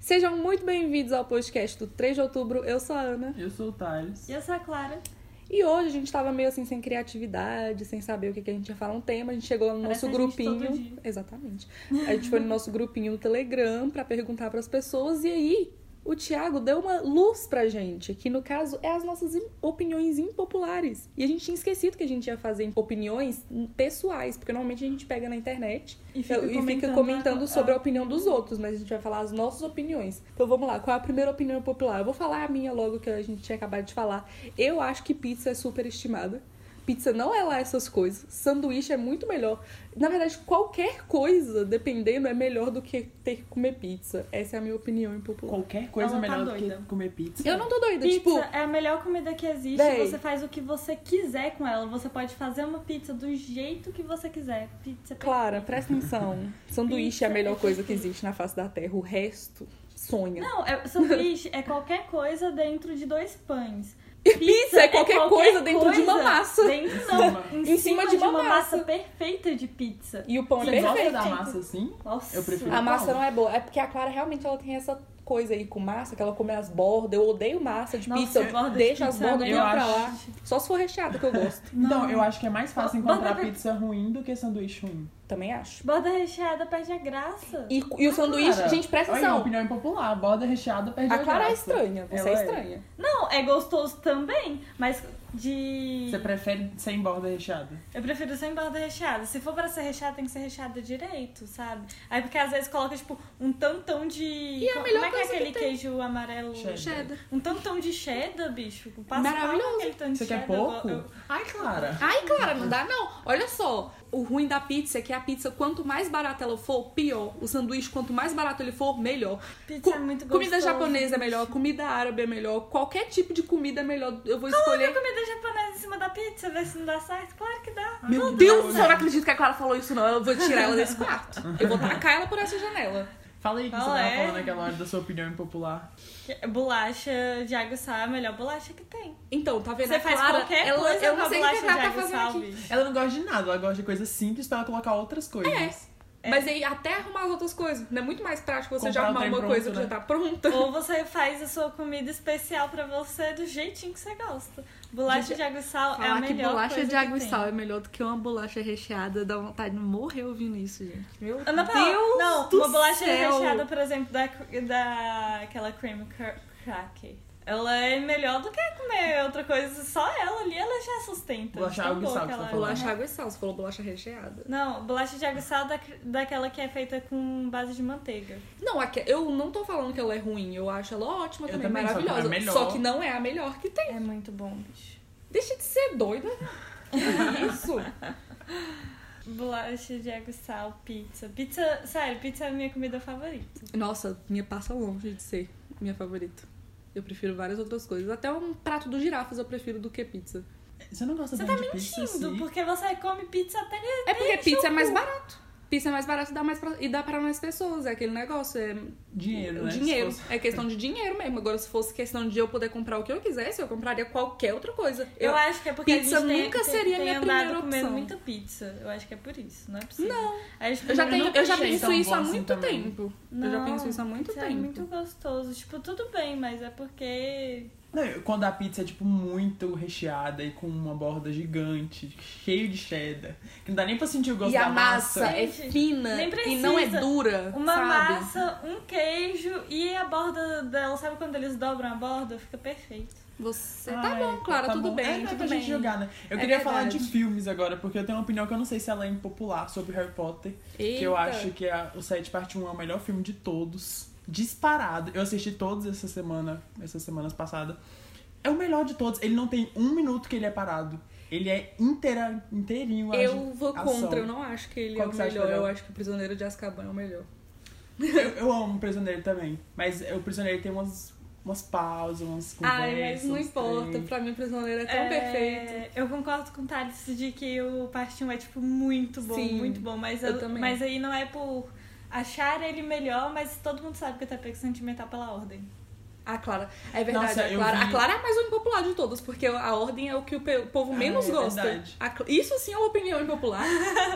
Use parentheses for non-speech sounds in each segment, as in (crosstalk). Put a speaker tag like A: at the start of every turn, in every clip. A: Sejam muito bem-vindos ao podcast do 3 de outubro. Eu sou a Ana.
B: Eu sou o Thales.
C: E eu sou a Clara.
A: E hoje a gente tava meio assim, sem criatividade, sem saber o que, que a gente ia falar um tema. A gente chegou lá no
C: Parece
A: nosso
C: a gente
A: grupinho.
C: todo dia.
A: Exatamente. A gente foi no nosso grupinho no Telegram pra perguntar pras pessoas. E aí, o Thiago deu uma luz pra gente, que no caso é as nossas im- opiniões impopulares. E a gente tinha esquecido que a gente ia fazer opiniões pessoais, porque normalmente a gente pega na internet
C: E
A: eu- e fica comentando
C: a-
A: sobre a
C: a-
A: opinião dos outros, mas a gente vai falar as nossas opiniões. Então vamos lá, qual é a primeira opinião popular? Eu vou falar a minha logo que a gente tinha acabado de falar. Eu acho que pizza é superestimada. Pizza não é lá essas coisas. Sanduíche é muito melhor. Na verdade, qualquer coisa, dependendo, é melhor do que ter que comer pizza. Essa é a minha opinião impopular.
B: Qualquer coisa
C: Ela tá
B: melhor do
C: doida.
B: que comer pizza.
A: Eu não tô doida,
C: Pizza
A: tipo.
C: é a melhor comida que existe.
A: Véi.
C: Você faz o que você quiser com ela. Você pode fazer uma pizza do jeito que você quiser. Pizza é
A: Clara, presta atenção. Sanduíche é a
C: Pizza
A: melhor
C: é
A: coisa que existe na face da terra. O resto, sonha.
C: Não,
A: (laughs)
C: é, sanduíche é qualquer coisa dentro de dois pães.
A: Pizza é qualquer coisa dentro de uma
C: coisa
A: massa.
C: Dentro, não,
A: (laughs)
C: em,
A: Em
C: cima de, uma massa.
A: massa.
C: perfeita de pizza.
A: E o pão é
B: Você
A: perfeito.
B: gosta da
C: perfeito.
B: massa assim?
C: Nossa.
B: Eu prefiro-
A: A massa
B: Então.
A: não é boa. É porque a Clara realmente ela tem essa coisa aí com massa, que ela come as bordas. Eu odeio massa de
C: Nossa,
A: pizza. Eu
C: borda de
A: deixo as
C: pizza,
A: bordas
B: eu
A: indo pra
B: acho.
A: lá. Só se for recheada que eu gosto.
B: Então, eu acho que é mais fácil
C: Bota-
B: encontrar
C: bota-
B: pizza ruim do que sanduíche ruim.
A: Também acho.
C: Borda recheada perde a graça.
A: E, e o sanduíche,
B: Cara,
A: gente, presta
B: Olha, aí,
A: atenção.
B: opinião impopular. Borda recheada perde
A: A Clara é
B: graça.
A: estranha, você
B: Ela
A: é estranha.
C: Não, é gostoso também, mas de.
B: Você prefere sem borda recheada?
C: Eu prefiro sem borda recheada. Se for pra ser recheada, tem que ser recheada direito, sabe? Aí porque às vezes coloca, tipo, um tantão de. E
A: a melhor
C: Como é que é
A: coisa que
C: aquele
A: tem.
C: queijo amarelo?
B: Cheddar. Cheddar.
C: Um tantão de cheddar, bicho. Passa
A: Maravilhoso.
C: mal naquele tanto
B: Você
C: de
B: quer
C: cheddar.
B: pouco?
C: Eu- eu-
B: Ai, Clara.
A: Ai, Clara, não dá não. Olha só, o ruim da pizza é que a pizza, quanto mais barata ela for, pior. O sanduíche, quanto mais barato ele for, melhor.
C: Pizza
A: Co-
C: é muito gostosa.
A: comida japonesa é melhor, comida árabe é melhor, qualquer tipo de comida é melhor. Eu vou escolher.
C: Coloca comida japonesa em cima da pizza, vê se não dá certo. Claro que dá.
A: Meu Deus do céu, eu não acredito que a Clara falou isso, não. Eu vou tirar ela desse quarto. Eu vou tacar ela por essa janela.
B: Fala aí que você
C: Fala,
B: tava
C: é.
B: falando naquela hora da sua opinião impopular.
C: Que- Bolacha de água e sal é a melhor bolacha que tem.
A: Então, tá vendo?
C: Você
A: a
C: faz
A: Clara,
C: qualquer
A: ela,
C: coisa
A: eu
C: com
A: não
C: a
A: sei o que a
C: bolacha de
A: Clara tá
C: água e
A: fazendo
C: sal,
A: aqui.
C: bicho.
B: Ela não gosta de nada, ela gosta de coisas simples pra ela colocar outras coisas.
C: É.
A: Mas aí até arrumar as outras coisas. Não é muito mais prático você já arrumar
B: Comprar o trem
A: uma
B: pronto,
A: coisa que
B: né?
A: já tá pronta.
C: (laughs) Ou você faz a sua comida especial pra você do jeitinho que você gosta. Bolacha
A: Gente,
C: de água e sal é a melhor coisa que tem.
A: é melhor do que uma bolacha recheada. Dá vontade de morrer ouvindo isso, gente. Meu
C: Ana Paula,
A: Deus
C: não,
A: do
C: uma bolacha
A: céu.
C: recheada, por exemplo, da, da aquela cream cr- cracker. Ela é melhor do que comer outra coisa, só ela ali, ela já sustenta.
B: Bolacha
C: Tão
B: água e
C: boa
B: sal
C: que
B: que você tá
C: ela é.
A: Bolacha água e sal, você falou bolacha recheada.
C: Não, bolacha de água e sal da, daquela que é feita com base de manteiga.
A: Não, a que- eu não tô falando que ela é ruim, eu acho ela ótima
B: Eu
A: também,
B: também, só que não é
A: maravilhosa.
B: melhor.
A: Só que não é a melhor que tem.
C: É muito bom, bicho.
A: Deixa de ser doida. Que isso?
C: Bolacha de água e sal, pizza. Pizza, sério, pizza é a minha comida favorita.
A: Nossa, minha passa longe de ser minha favorita. Eu prefiro várias outras coisas. Até um prato do girafas eu prefiro do que pizza.
B: Você não gosta
C: Você tá
B: tanto de pizza
C: mentindo,
B: assim?
C: porque você come pizza até
A: É porque
C: Deixa
A: pizza é
C: eu
A: mais
C: cu.
A: barato. Pizza é mais barato e dá, mais pra, e dá pra mais pessoas. É aquele negócio. É
B: Dinheiro, né?
A: dinheiro.
B: Se fosse-
A: É questão de dinheiro mesmo. Agora, se fosse questão de eu poder comprar o que eu quisesse, eu compraria qualquer outra coisa.
C: Eu, acho que é porque
A: Pizza
C: a gente tem-
A: nunca
C: tem,
A: seria
C: tem
A: minha
C: andado
A: primeira
C: comendo
A: opção.
C: muita pizza. Eu acho que é por isso, não é possível. Não.
A: Eu já, tenho, eu já
B: achei
A: penso
B: tão
A: isso
B: bom
A: há
B: assim
A: muito
B: também.
A: tempo. Eu já
C: Não,
A: penso isso há muito
C: Isso é
A: tempo.
C: muito gostoso. Tipo, tudo bem, mas é porque.
B: Não, eu- quando a pizza é, tipo, muito recheada e com uma borda gigante, cheio de cheddar, que não dá nem pra sentir o gosto
A: E a
B: da
A: massa, é
C: Gente,
A: fina
C: nem
A: e não é
C: precisa.
A: dura,
C: Uma
A: sabe?
C: massa, um queijo e a borda dela. Sabe quando eles dobram a borda? Fica perfeito.
A: Você tá
B: Ai,
A: bom, Clara,
B: tá
A: tudo
B: bom.
A: bem,
B: É, não é
A: tudo
B: pra
A: bem.
B: gente jogar, né? Eu
A: É
B: queria falar
A: verdade.
B: de filmes agora, porque eu tenho uma opinião que eu não sei se ela é impopular sobre Harry Potter. Que eu
A: Eita.
B: acho que a- o 7 parte 1 é o melhor filme de todos. Disparado. Eu assisti todos essa semana, essas semanas passadas. É o melhor de todos. Ele não tem um minuto que ele é parado. Ele é inteira, inteirinho. acho.
A: Eu vou
B: ação.
A: contra, eu não acho que ele
B: Qual
A: é o
B: que você acha
A: melhor. Eu
B: melhor?
A: acho que o Prisioneiro de Azkaban é o melhor.
B: Eu, eu amo o Prisioneiro também. Mas é, o Prisioneiro tem umas, umas pausas, umas conversas.
A: Ai, mas não
B: uns
A: importa.
B: trem.
A: Pra mim, o Prisioneiro é tão perfeito.
C: Eu concordo com o Thales de que o Parte 1 é, tipo, muito bom,
A: Sim,
C: muito bom. Mas,
A: eu
C: eu-
A: também.
C: mas aí não é por achar ele melhor, mas todo mundo sabe que eu tô pego sentimental pela ordem.
A: A Clara. É verdade,
B: Nossa,
A: a,
B: eu
A: Clara,
B: vi-
A: a Clara é a mais impopular de todas, porque a ordem é o que o pe- o povo
B: Ah,
A: menos
B: é
A: gosta.
B: verdade.
A: A Cla- Isso sim é uma opinião
B: (laughs)
A: impopular.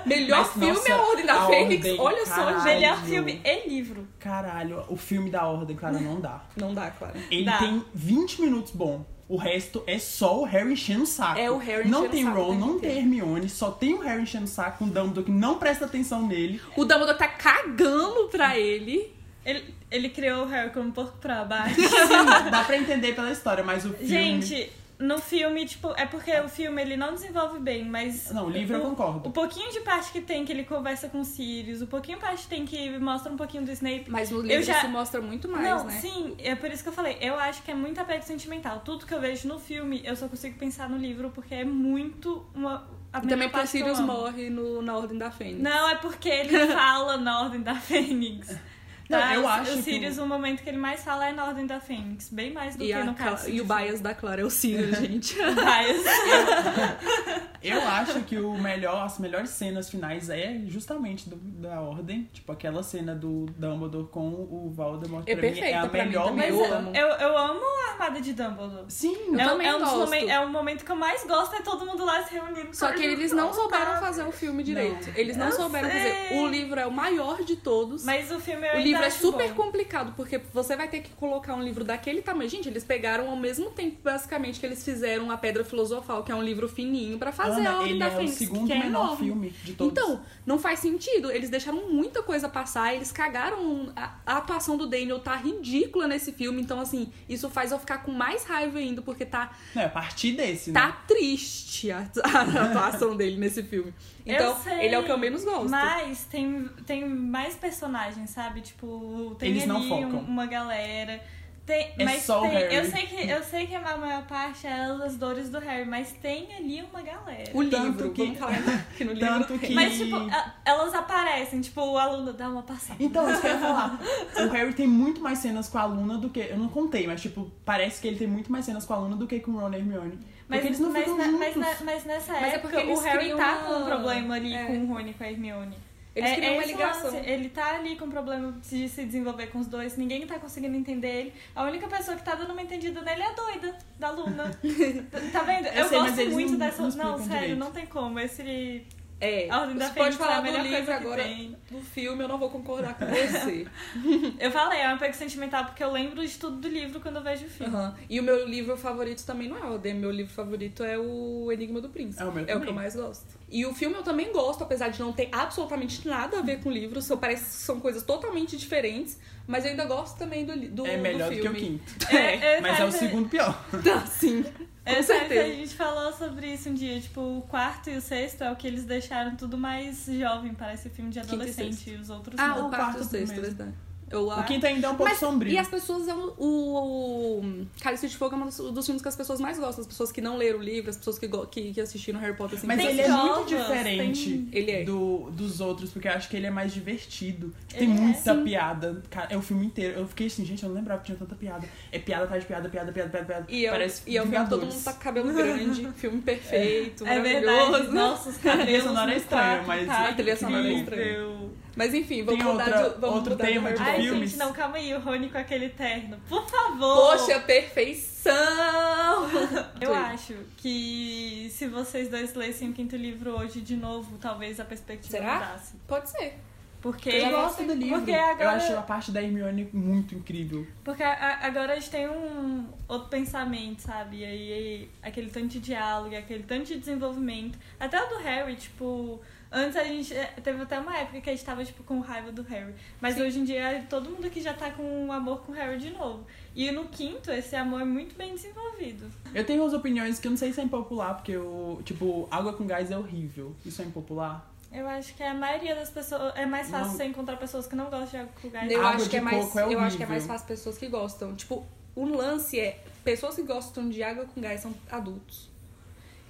A: Melhor
B: Mas,
A: filme
B: nossa,
A: é a Ordem da
B: A
A: Fênix.
B: Ordem,
A: Olha só,
B: caralho.
A: gente.
C: Melhor filme e livro.
B: Caralho, o filme da ordem, cara,
A: (laughs)
B: não dá.
A: Não dá, Clara.
B: Ele
C: Dá.
B: tem 20 minutos bom. O resto é só o Harry enchendo o saco.
A: É o Harry enchendo
B: Não
A: o
B: tem
A: saco o
B: Ron,
A: tempo
B: não tem
A: inteiro.
B: Hermione, só tem o Harry enchendo o saco, um Dumbledore que não presta atenção nele.
A: O Dumbledore tá cagando pra ele.
C: Ele, ele criou o Harry como um porco pra
A: (laughs)
C: baixo.
B: Sim, dá pra entender pela história, mas o filme...
C: Gente, no filme, tipo, é porque o filme ele não desenvolve bem, mas.
B: Não, o livro eu concordo.
C: O pouquinho de parte que tem que ele conversa com o Sirius, o pouquinho de parte que tem que mostra um pouquinho do Snape.
A: Mas no livro
C: já-
A: se mostra muito mais,
C: não,
A: né?
C: sim, é por isso que eu falei. Eu acho que é muito apego sentimental. Tudo que eu vejo no filme, eu só consigo pensar no livro porque é muito uma. A
A: E também
C: melhor
A: porque o
C: parte que eu
A: Sirius
C: amo.
A: morre no- na Ordem da Fênix.
C: Não, é porque
A: (laughs)
C: ele fala na Ordem da Fênix.
B: Não,
C: Tá?
B: eu
C: O-
B: acho que
C: O Sirius,
B: o-
C: o momento que ele mais fala é na Ordem da Fênix. Bem mais do
A: E,
C: que
A: a
C: no
A: Cla-
C: caso. tipo assim?
A: e o
C: (laughs)
A: bias da Clara é o Sirius, gente. (laughs)
B: Eu acho que o melhor, as melhores cenas finais é justamente do- da Ordem. Tipo, aquela cena do Dumbledore com o Voldemort.
A: É
B: pra mim, é
A: perfeita
B: a
A: pra mim
B: melhor
A: também,
C: Mas
A: eu
B: mesmo.
A: amo.
C: eu, eu amo a Armada de Dumbledore.
B: Sim,
A: Eu
C: é, um-
A: também
C: é um dos
A: gosto.
C: momen- é um momento que eu mais gosto, é todo mundo lá se reunindo. Tá.
A: Só que eles não souberam fazer o filme direito. Eles não
C: Eu
A: souberam fazer.
C: sei.
A: O livro é o maior de todos.
C: Mas o filme eu
A: O
C: ainda
A: livro é
C: acho
A: super
C: bom.
A: complicado, porque você vai ter que colocar um livro daquele tamanho. Gente, eles pegaram ao mesmo tempo, basicamente, que eles fizeram A Pedra Filosofal, que é um livro fininho, pra fazer
B: Ana,
A: a Ordem
B: ele
A: da
B: é o
A: Fênix,
B: segundo
A: que é
B: menor
A: enorme.
B: filme de todos.
A: Então, não faz sentido. Eles deixaram muita coisa passar, eles cagaram. um, A, a atuação do Daniel tá ridícula nesse filme, então, assim, isso faz eu ficar com mais raiva ainda, porque tá,
B: Não, é a partir desse, né?
A: tá triste a, a atuação dele nesse filme.
C: Eu
A: Então,
C: sei,
A: ele é o que eu menos gosto.
C: Mas tem, tem mais personagens, sabe? Tipo, tem
B: Eles
C: ali
B: não focam.
C: um- uma galera. Tem,
B: É
C: mas
B: só o
C: tem,
B: Harry.
C: Eu sei, que, eu sei que a maior parte é as dores do Harry, mas tem ali uma galera.
A: O
B: Tanto
A: livro,
B: que-
A: vamos
B: (laughs)
A: falar que no livro
B: Tanto que.
C: Mas, tipo, a- elas aparecem, tipo, o aluno dá uma passada.
B: Então, isso que eu ia falar. O Harry tem muito mais cenas com a Luna do que. Eu não contei, mas, tipo, parece que ele tem muito mais cenas com a Luna do que com o Ron e a Hermione.
C: Mas,
B: porque eles não
C: mas,
B: ficam
C: na- mas
B: juntos.
C: na- mas nessa
A: Mas é
C: época
A: porque eles
C: o Harry
A: criam
C: tá
A: uma-
C: com um problema ali
A: É.
C: com o Rony e com a Hermione.
A: Eles
C: é,
A: criam
C: é
A: uma
C: esse
A: ligação.
C: lance, Ele tá ali com problema de se desenvolver com os dois, ninguém tá conseguindo entender ele. A única pessoa que tá dando uma entendida nele é a doida, da
A: (laughs)
C: Luna. T- tá vendo? Eu,
B: Eu sei, mas
C: gosto
B: eles
C: muito
B: não-
C: dessa.
B: não
C: Não,
B: explicam
C: sério,
B: direito.
C: não tem como. Esse.
A: É,
C: A Ordem da
A: você
C: Fênix
A: pode
C: é a
A: falar
C: melhor
A: do livro
C: coisa que
A: agora.
C: tem.
A: Do filme eu não vou concordar com
C: (laughs)
A: você.
C: Eu falei, é um apego sentimental porque eu lembro de tudo do livro quando eu vejo o filme.
A: Aham. E o meu livro favorito também não é o Odem, meu livro favorito é o Enigma do Príncipe.
B: É o meu
A: É o que
B: também.
A: eu mais gosto. E o filme eu também gosto, apesar de não ter absolutamente nada a ver com o livro, só parece que são coisas totalmente diferentes, mas eu ainda gosto também do, li- do
B: É melhor
A: do
B: do que o
A: filme.
B: quinto.
C: É,
B: (laughs)
C: é,
B: Mas é o
C: sabe?
B: segundo pior.
A: (laughs) Tá, sim. Com
C: É, sabe, A
A: certeza.
C: gente falou sobre isso um dia, tipo, o quarto e o sexto é o que eles deixaram tudo mais jovem para esse filme de
A: Quinto e
C: adolescente
A: sexto.
C: e, os outros
A: Ah,
C: não.
A: o quarto e o
B: quarto
A: sexto,
B: mesmo.
A: verdade. né? Eu,
B: O quinto ainda é um pouco
A: Mas-
B: sombrio.
A: E as pessoas. é um- O, o Cálice de Fogo é um dos, dos filmes que as pessoas mais gostam. As pessoas que não leram o livro, as pessoas que, go- que, que assistiram Harry Potter assim.
B: Mas
C: Tem
B: ele é
C: jogos,
B: muito diferente
A: tem- Ele é.
B: do- dos outros, porque eu acho que ele é mais divertido. Tipo, Tem
C: Ele é.
B: muita piada. Cara, é o filme inteiro. Eu fiquei assim, gente, eu não lembrava que tinha tanta piada. É piada atrás de piada, piada, piada, piada, piada.
A: E eu,
B: Parece
A: e eu vi todo
B: Vingadores.
A: mundo tá com cabelo grande,
B: (laughs)
A: filme perfeito,
C: É verdade,
A: maravilhoso.
C: nossa, os
B: A trilha
C: cabelos
B: sonora é
C: no
B: estranha,
C: quarto,
B: mas.
C: tá
A: A trilha sonora é
B: incrível.
A: estranha.
C: incrível.
A: Mas enfim, vamos
B: Tem
A: mudar
B: outra-
A: de, vamos
B: outro
A: mudar
B: tema
A: de
B: de
C: Ai,
A: Harry Potter.
B: filmes.
C: gente, não, calma aí, o Rony com aquele terno. Por favor!
A: Poxa, perfeição!
C: Eu acho que se vocês dois lessem o quinto livro hoje de novo, talvez a perspectiva
A: Será?
C: mudasse.
A: Pode ser.
C: Porque
A: Eu já
B: gosto do livro.
C: Porque agora
B: Eu acho a parte da Hermione muito incrível.
C: Porque a- a- agora a gente tem um outro pensamento, sabe? E aí aquele tanto de diálogo, aquele tanto de desenvolvimento. Até o do Harry, tipo. Antes a gente. eh, Teve até uma época que a gente tava, tipo, com raiva do Harry. Mas
A: Sim.
C: hoje em dia todo mundo aqui já tá com um amor com o Harry de novo. E no quinto, esse amor é muito bem desenvolvido.
B: Eu tenho umas opiniões que eu não sei se é impopular, porque eu. Tipo, água com gás é horrível. Isso é impopular?
C: Eu acho que a maioria das pessoas. É mais fácil
B: Não.
C: você encontrar pessoas que não gostam de Yaku Gás.
A: Eu
B: Água
A: acho
B: de
A: que é mais.
B: coco é
A: eu acho que é
B: horrível.
A: mais fácil pessoas que gostam. Tipo, o lance é, pessoas que gostam de água com gás são adultos.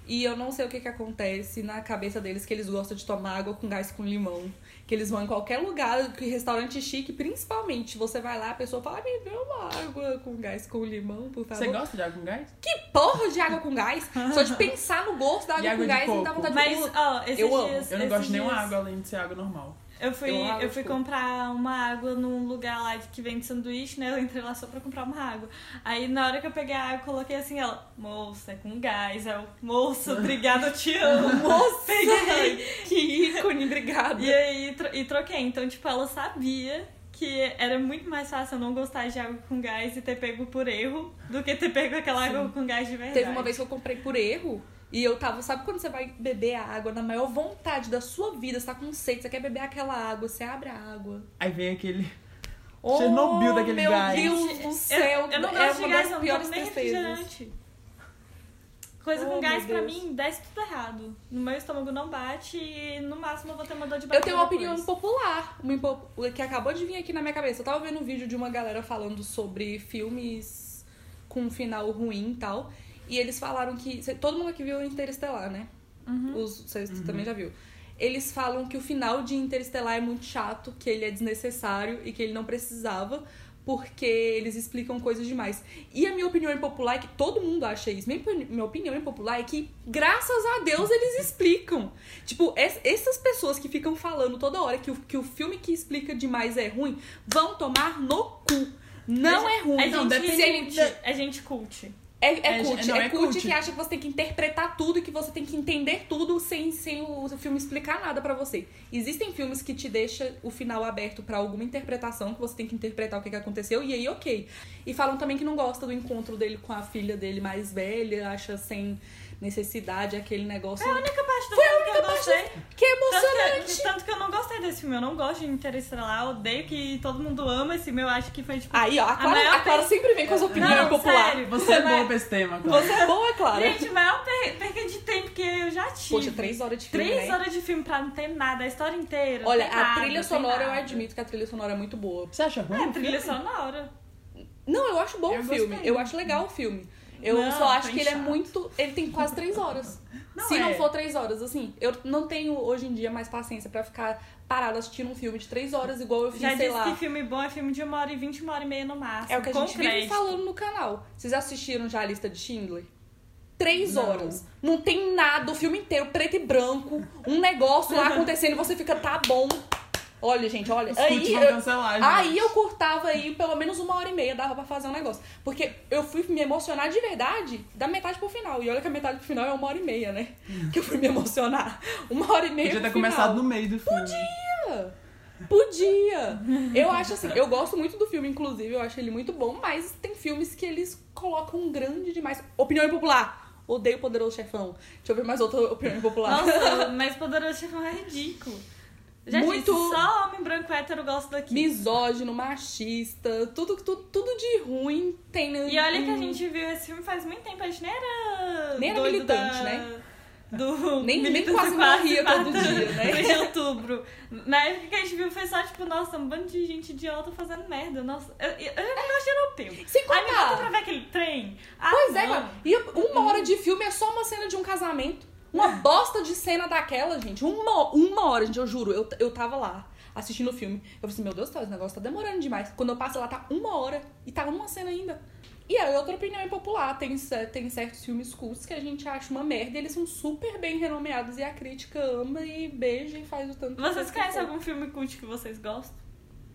A: E eu não sei o que, que acontece na cabeça deles que eles gostam de tomar água com gás com limão. Que eles vão em qualquer lugar, que restaurante chique, principalmente. Você vai lá, a pessoa fala, me dê uma água com gás com limão, por favor.
B: Você gosta de água com gás?
A: Que porra de água com gás? Só de pensar no gosto da
B: (laughs) E
A: água
B: água
A: com
B: de
A: gás me dá
B: coco.
A: vontade de
C: Mas, ó, esses
A: Eu amo.
C: dias.
B: Eu não
C: esses
B: gosto de nenhuma
C: dias-
B: água além de ser água normal.
C: Eu fui,
B: Eu
C: eu,
B: amo,
C: fui
B: tipo-
C: comprar uma água num lugar lá que vende sanduíche, né? Eu entrei lá só pra comprar uma água. Aí na hora que eu peguei a água, eu coloquei assim, ela, moça, é com gás. Eu, moça, obrigada, eu te amo. moça, peguei.
A: Que ícone, obrigada.
C: E aí tro- e troquei. Então, tipo, ela sabia que era muito mais fácil eu não gostar de água com gás e ter pego por erro do que ter pego aquela água com gás de É verdade.
A: Teve uma vez que eu comprei por erro e eu tava, sabe quando você vai beber a água na maior vontade da sua vida, você tá com sede, você quer beber aquela água, você abre a água.
B: Aí vem aquele.
A: Oh,
B: Chernobyl daquele
A: meu
B: gás.
A: Deus do céu,
C: Eu, eu não
A: é
C: gosto
A: uma
C: de gás,
A: das
C: eu não
A: piores
C: tomo nem
A: tristezas.
C: refrigerante. Coisa
A: Oh,
C: com gás
A: meu
C: pra
A: Deus.
C: mim desce tudo errado. No meu estômago não bate e no máximo eu vou ter uma dor de barriga.
A: Eu tenho uma opinião um
C: depois.
A: impopular, uma impo- que acabou de vir aqui na minha cabeça. Eu tava vendo um vídeo de uma galera falando sobre filmes com um final ruim e tal. E eles falaram que. cê- Todo mundo aqui viu Interestelar, né? Os, vocês também já viu. Eles falam que o final de Interestelar é muito chato, que ele é desnecessário e que ele não precisava, porque eles explicam coisas demais. E a minha opinião impopular é que todo mundo acha isso. Minha, opini- minha opinião impopular é que, graças a Deus, eles explicam. Tipo, es- essas pessoas que ficam falando toda hora que o, que o filme que explica demais é ruim, vão tomar no cu. Não é ruim.
C: A gente,
A: Se ele-
C: cult, a gente cult.
A: é,
B: É,
A: é cult,
B: não,
A: é,
B: é
A: cult,
B: cult.
A: que acha que você tem que interpretar tudo, que você tem que entender tudo sem, sem o filme explicar nada pra você. Existem filmes que te deixam o final aberto pra alguma interpretação, que você tem que interpretar o que, que aconteceu, e aí ok. E falam também que não gosta do encontro dele com a filha dele mais velha, acha sem necessidade aquele negócio.
C: A parte do Foi a única que eu gostei.
A: que
C: Tanto que-
A: emocionante!
C: Tanto que eu não gostei desse filme. Eu não gosto de Interestelar. Eu odeio que todo mundo ama esse filme. Eu acho que foi tipo.
A: Aí, ó, a Clara,
C: maior
A: a Clara sempre vem com as opiniões
C: Não,
A: populares.
C: sério.
B: Você é
C: Mas-
B: boa pra esse tema, Clara.
A: Você é boa, Clara.
C: Gente, a maior per- perca de tempo que eu já tive.
A: Poxa, três horas de filme,
C: Três
A: né?
C: horas de filme pra não ter nada, a história inteira. não
A: Olha,
C: tem
A: a
C: nada,
A: trilha
C: não tem
A: sonora, eu
C: nada.
A: admito que a trilha sonora é muito boa.
B: Você acha ruim?
C: É, trilha sonora.
A: Não, eu acho bom
B: Eu
A: o filme.
B: gostei.
A: Eu acho legal o filme. Eu
C: Não,
A: só acho
C: tá
A: que ele é
C: chato.
A: muito. Ele tem quase três horas.
C: (laughs) Não,
A: Se
C: é.
A: não for três horas, assim, eu não tenho hoje em dia mais paciência pra ficar parada assistindo um filme de três horas, igual eu fiz,
C: Já
A: sei
C: disse
A: lá.
C: que filme bom é filme de uma hora e vinte, uma hora e meia no máximo.
A: É o que a
C: com
A: gente vive
C: crédito.
A: falando no canal. Vocês assistiram já a lista de Schindler? Três
B: Não.
A: horas. Não tem nada, o filme inteiro, preto e branco, um negócio
C: (laughs)
A: lá acontecendo e você fica, tá bom. Olha, gente, olha.
B: Os cultos
A: aí
B: vão
A: eu-
B: cancelar, gente.
A: Aí eu cortava aí pelo menos uma hora e meia, dava pra fazer um negócio. Porque eu fui me emocionar de verdade da metade pro final. E olha que a metade pro final é uma hora e meia, né? Que eu fui me emocionar. Uma hora e meia.
B: Hum. Podia ter
A: pro final.
B: começado no meio do filme. Podia.
A: Podia! Podia! Eu acho assim, eu gosto muito do filme, inclusive, eu acho ele muito bom, mas tem filmes que eles colocam grande demais. Opinião popular! Odeio o Poderoso Chefão. Deixa eu ver mais outra opinião popular.
C: Nossa, (laughs) mas Poderoso Chefão é ridículo. Já
A: Muito-
C: disse, só homem branco hétero gosta daquilo.
A: Misógino, machista, tudo, tudo, tudo de ruim tem. no-
C: E olha que a gente viu esse filme faz muito tempo, a gente nem era.
A: Nem era
C: doido
A: militante,
C: da-
A: né? (laughs)
C: Do
A: Nem- nem
C: militância
A: quase morria todo
C: mata-
A: dia, né?
C: (laughs) De outubro. Na época que a gente viu foi só tipo, nossa, um bando de gente idiota fazendo merda. Nossa, eu, eu, eu não gosto de europeu.
A: Sem
C: Aí me
A: contar.
C: bota pra ver aquele trem. Ah,
A: Pois é,
C: não. Uhum.
A: cara. E uma hora de filme é só uma cena de um casamento. Uma
C: É.
A: bosta de cena daquela, gente. Uma, uma hora, gente, eu juro. Eu, eu tava lá assistindo o filme. Eu falei assim, meu Deus do céu, esse negócio tá demorando demais. Quando eu passo lá, tá uma hora e tava uma cena ainda. E aí, outra opinião impopular. Tem, ce- tem certos filmes cultos que a gente acha uma merda e eles são super bem renomeados. E a crítica ama e beija e faz o tanto que
C: Vocês
A: faz.
C: conhecem algum filme cult que vocês gostam?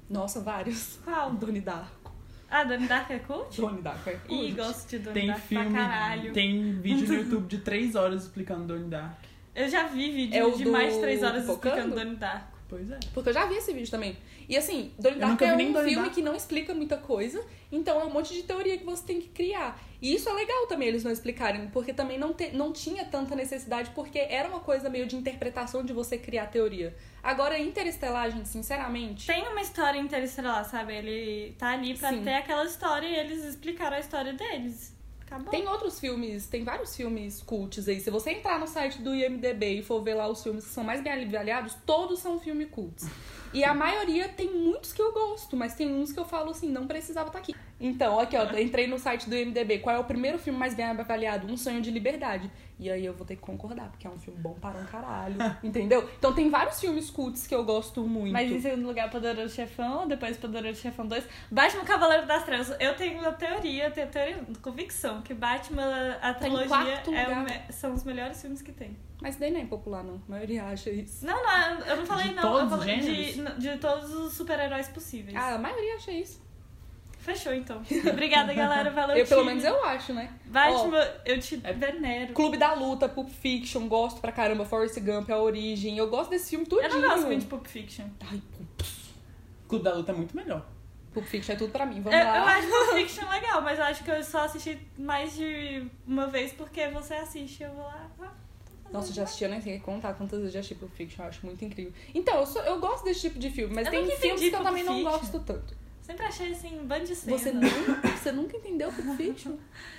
A: Nossa, vários.
C: Qual?
A: Donnie Darko.
C: Ah, Donnie Dark é cult?
A: Donnie Darko é
C: Ih,
A: cult.
C: gosto de
A: Tá
C: Donnie
B: Tem
C: Dark pra
B: filme,
C: caralho.
B: tem
A: (laughs)
B: vídeo no YouTube de três horas explicando Donnie Dark.
C: Eu já vi vídeo
A: É o
C: de
A: do
C: mais de três horas
A: Focando?
C: explicando Donnie Dark.
B: Pois é.
A: Porque eu já vi esse vídeo também. E assim, Donnie
B: Eu
A: Darko
B: nunca
A: é
B: vi
A: um
B: nem Donnie
A: filme
B: Darko.
A: que não explica muita coisa, então é um monte de teoria que você tem que criar. E isso é legal também eles não explicarem, porque também não, te- não tinha tanta necessidade, porque era uma coisa meio de interpretação de você criar teoria. Agora, Interestelar, gente, sinceramente.
C: Tem uma história interestelar, sabe? Ele tá ali pra
A: Sim.
C: ter aquela história e eles explicaram a história deles. Acabou.
A: Tem outros filmes, tem vários filmes cults aí. Se você entrar no site do IMDB e for ver lá os filmes que são mais bem avaliados, todos são filmes cults. E a maioria tem muitos que eu gosto, mas tem uns que eu falo assim, não precisava estar aqui. Então, aqui ó, entrei no site do IMDB, qual é o primeiro filme mais bem avaliado? Um Sonho de Liberdade. E aí eu vou ter que concordar, porque é um filme bom para um caralho, entendeu? Então tem vários filmes cults que eu gosto muito.
C: Mas em segundo lugar, Poderoso Chefão, depois Poderoso Chefão 2. Batman Cavaleiro das Trevas. Eu tenho uma teoria, eu tenho teoria, convicção, não, que Batman, ela- a
A: Tá em
C: trilogia,
A: quarto
C: é o
A: lugar.
C: me- são os melhores filmes que tem.
A: Mas daí não é impopular, não. A maioria acha isso.
C: Não, não, eu não falei
B: De
C: não.
B: todos
C: eu
B: os
C: falei de,
B: gêneros?
C: de todos os super-heróis possíveis.
A: Ah, a maioria acha isso.
C: Fechou, então. Obrigada, galera.
A: (laughs)
C: Valeu,
A: Eu, pelo
C: time.
A: menos eu acho, né?
C: Batman, eu te
B: É-
C: venero.
A: Clube da Luta, Pulp Fiction, gosto pra caramba. Forrest Gump, A Origem. Eu gosto desse filme tudinho.
C: Eu não gosto muito de Pulp Fiction.
A: Ai, Pulp-
B: Clube da Luta é muito melhor.
A: Pulp Fiction é tudo pra mim.
C: Eu,
A: Vamos lá.
C: eu acho
A: (laughs)
C: Pulp Fiction legal, mas eu acho que eu só assisti mais de uma vez porque você assiste. Eu vou lá. ah, tô fazendo
A: Nossa, eu já
C: nada.
A: assisti, eu nem sei contar quantas vezes eu já assisti Pulp Fiction, eu acho muito incrível. Então, eu, sou- eu gosto desse tipo de filme, mas
C: Eu
A: tem
C: nunca
A: filmes
C: entendi
A: que eu
C: Pulp
A: também não
C: Fiction.
A: gosto tanto.
C: Sempre achei assim, um bando de cenas.
A: Você nunca, você nunca entendeu Pulp Fiction?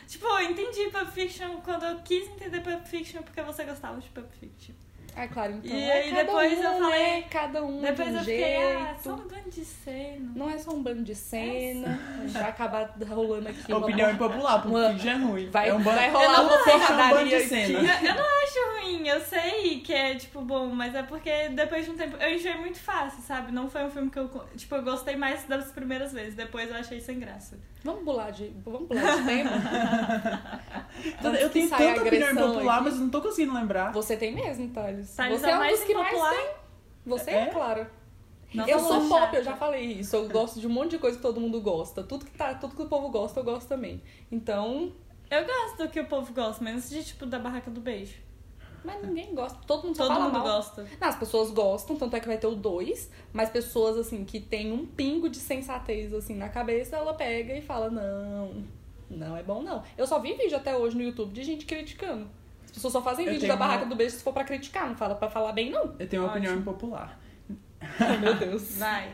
C: Tipo, eu entendi Pulp Fiction quando eu quis entender Pulp Fiction porque você gostava de Pulp Fiction.
A: Ah, claro, então.
C: E
A: é
C: aí
A: cada
C: depois
A: um,
C: eu falei-
A: Né? Cada um
C: Depois
A: de um
C: eu fiquei,
A: jeito.
C: ah, só um bando de cena.
A: Não é só um bando de cena.
C: É
A: Vai acabar rolando aqui. uma-
B: Opinião impopular,
A: Uma-
B: porque já é ruim.
A: Vai,
B: é um ban-
A: vai
C: Eu
A: rolar
C: não
A: uma
C: sei.
A: porradaria
B: É um bando de
A: aqui.
B: cena.
C: Eu, eu não acho ruim, eu sei que é, tipo, bom, mas é porque depois de um tempo eu enjoei muito fácil, sabe? Não foi um filme que eu, tipo, eu gostei mais das primeiras vezes, depois eu achei sem graça.
A: Vamos pular de, vamos pular de
B: (laughs)
A: tema? Antes
B: Eu
A: que
B: tenho
A: saia
B: tanta
A: a
B: opinião
A: agressão
B: impopular,
A: aqui.
B: mas não tô conseguindo lembrar.
A: Você tem mesmo, Thales.
C: Thales
A: Você
C: é
A: é
C: o
A: um
C: mais
A: dos que mais
C: impopular.
A: tem. Você é,
B: É?
A: claro.
C: Não
A: eu
C: sou
A: sou
C: chata.
A: pop, eu já falei isso. Eu gosto de um monte de coisa que todo mundo gosta. Tudo que, tá, tudo que o povo gosta, eu gosto também. Então,
C: Eu gosto do que o povo gosta, menos de, tipo, da barraca do beijo.
A: mas ninguém gosta. Todo mundo só
C: Todo
A: fala
C: mundo
A: mal.
C: gosta.
A: Não, Ah, as pessoas gostam, tanto é que vai ter o dois mas pessoas assim que tem um pingo de sensatez assim na cabeça, ela pega e fala: "Não, não é bom não". Eu só vi vídeo até hoje no YouTube de gente criticando. As pessoas só fazem
B: Eu
A: vídeo
B: tenho
A: da barraca
B: uma-
A: do beijo se for pra criticar, não fala pra falar bem
B: (laughs)
A: não.
B: Eu tenho uma opinião
C: Ótimo.
B: impopular.
A: Meu Deus.
C: Vai.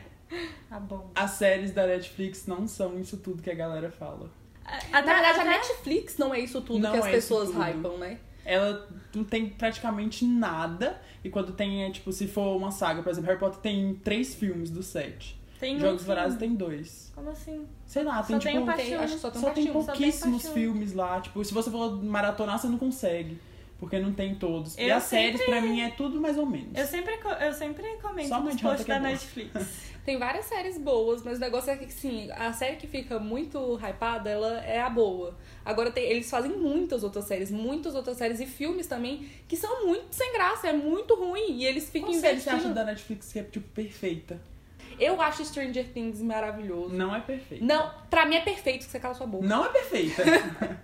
C: Tá bom.
B: As séries da Netflix não são isso tudo que a galera fala.
A: Ah, Na verdade, a Netflix não é isso tudo
B: Não
A: que as
B: é isso
A: pessoas
B: tudo.
A: hypam, né?
B: Ela não tem praticamente nada. E quando tem, é tipo, se for uma saga, por exemplo, Harry Potter tem três filmes do set.
C: tem um
B: Jogos
C: filme.
B: Vorazes tem dois.
C: Como assim?
B: Sei lá, tem
C: Só
B: tipo.
C: tem um pa-
A: Tem-
C: Paixão.
A: acho que só tem um
B: só tem
A: paixão.
C: só tem
B: pouquíssimos
C: paixão.
B: filmes lá. Tipo, se você for maratonar, você não consegue. Porque não tem todos. e
C: Eu
B: as séries,
C: sempre-
B: pra mim, é tudo mais ou menos.
C: Eu sempre, co- eu sempre comento
B: Só
C: nos
B: Mandioca
C: posts
B: que é
C: da
B: boa.
C: Netflix.
A: Tem várias séries boas, mas o negócio é que, sim, a série que fica muito hypada, ela é a boa. Agora, tem- eles fazem muitas outras séries, muitas outras séries e filmes também, que são muito sem graça, é muito ruim. E eles ficam
B: Qual série você acha
A: investindo.
B: da Netflix que é, tipo, perfeita?
A: Eu acho Stranger Things maravilhoso.
B: Não é perfeita.
A: Não, pra mim é perfeito que você cala sua boca.
B: Não é perfeita.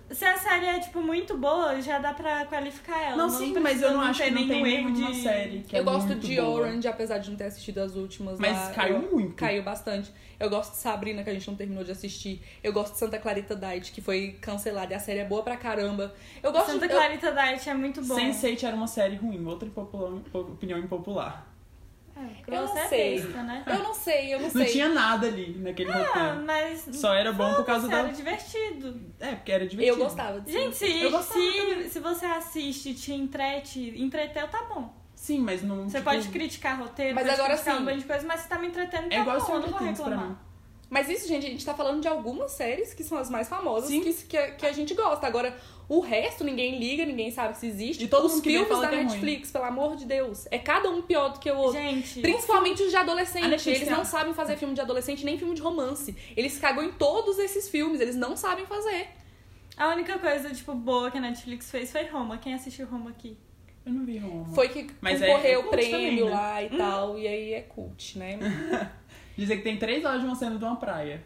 C: Se a série é, tipo, muito boa, já dá pra qualificar ela.
B: não, sim, mas eu não acho que
C: tem
B: não
C: nenhum
B: tem
C: erro
B: nenhuma
C: de...
B: série que
A: eu
B: é
A: gosto
B: muito
A: de
B: boa.
A: Orange, apesar de não ter assistido as últimas. lá,
B: Mas caiu
A: eu-
B: muito.
A: Caiu bastante. Eu gosto de Sabrina, que a gente não terminou de assistir. Eu gosto de Santa Clarita Diet, que foi cancelada. E a série é boa pra caramba. Eu gosto
C: Santa
A: de... eu-
C: Clarita Diet é muito bom.
B: Sense8 era uma série ruim, outra impopular- opinião impopular.
C: É,
A: Eu não
C: você é
A: sei.
C: besta, né?
A: Eu não sei, eu não,
B: Não
A: sei.
B: tinha nada ali naquele
C: Ah,
B: roteiro.
C: mas.
B: Só era bom por causa
C: Era
B: da.
C: divertido.
B: É, porque era divertido.
A: Eu gostava disso.
C: Gente, se,
B: Eu gostava
C: se, se você assiste, te entrete, entreteu, tá bom.
B: Sim, mas não.
C: Você
B: tipo,
C: pode criticar roteiro,
A: Mas
C: pode
A: agora
C: criticar
A: sim.
C: um monte de coisa, mas se tá me entretendo, tá
B: É igual
C: bom, eu não
B: Stranger
C: vou
B: Things pra mim.
C: reclamar.
A: Mas isso, gente, a gente tá falando de algumas séries que são as mais famosas
B: Sim.
A: que, que, a, que a gente gosta. Agora, o resto ninguém liga, ninguém sabe se existe.
B: E todo
A: Os
B: mundo que vem
A: filmes
B: fala
A: da
B: que é ruim.
A: Netflix, pelo amor de Deus. É cada um pior do que o outro.
C: Gente,
A: Principalmente os de
B: A
A: adolescente.
B: Netflix
A: Eles
B: tem
A: não
B: a-
A: sabem fazer filme de adolescente, nem filme de romance. Eles cagam em todos esses filmes, eles não sabem fazer.
C: a única coisa, tipo, boa que a Netflix fez foi Roma. Quem assistiu Roma aqui?
B: Eu não vi Roma.
A: Foi que
B: Mas é- é
A: concorreu o
B: cult
A: prêmio
B: também, né?
A: lá e tal, e aí é cult, né?
B: Dizer que tem três horas de uma cena de uma praia.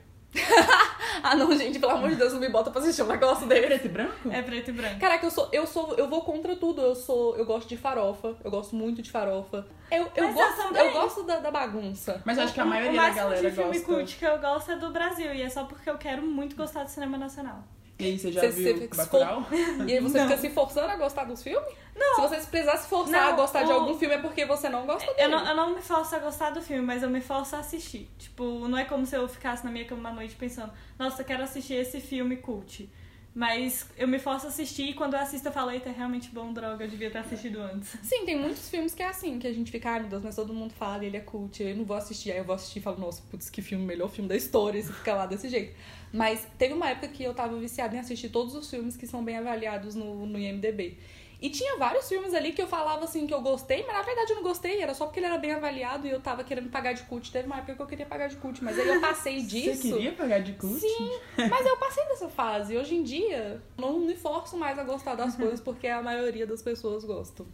A: ah, não, gente, pelo amor de Deus, não me bota pra assistir um
B: (laughs)
A: negócio
B: É
A: dele.
B: preto e branco?
C: É preto e branco.
A: Caraca, eu sou, eu sou, eu vou contra tudo. Eu sou, eu gosto de farofa, eu gosto muito de farofa. Eu, eu
C: Mas eu
A: gosto,
C: também.
A: eu gosto da, da bagunça.
B: Mas acho que a
C: o
B: maioria da
C: máximo
B: galera
C: de filme
B: gosta.
C: cult que eu gosto é do Brasil, e é só porque eu quero muito gostar do cinema nacional.
B: E aí, você já
A: Você- você
B: viu
A: fica
B: Bacurau?
A: E aí você fica se forçando a gostar dos filmes? Não. Se você precisar se forçar
C: Não,
A: a gostar de
C: o-
A: algum filme é porque você não gosta dele.
C: Eu não, eu não me forço a gostar do filme, mas eu me forço a assistir. Tipo, não é como se eu ficasse na minha cama uma noite pensando, nossa, eu quero assistir esse filme cult. Mas eu me forço a assistir e quando eu assisto eu falo, eita, é realmente bom, droga, eu devia ter assistido antes.
A: Sim, tem muitos filmes que é assim, que a gente fica, ai meu Deus, mas todo mundo fala, ele é cult, eu não vou assistir. Aí eu vou assistir e falo, nossa, putz, que filme, melhor filme da história, e você fica lá desse jeito. Mas teve uma época que eu tava viciada em assistir todos os filmes que são bem avaliados no, no IMDB. E tinha vários filmes ali que eu falava assim que eu gostei, mas na verdade eu não gostei, era só porque ele era bem avaliado e eu tava querendo pagar de cult. Teve uma época que eu queria pagar de cult, mas aí eu passei disso.
B: Você queria pagar de cult?
A: Sim, mas eu passei dessa fase. Hoje em dia, não me forço mais a gostar das coisas porque a maioria das pessoas gostam.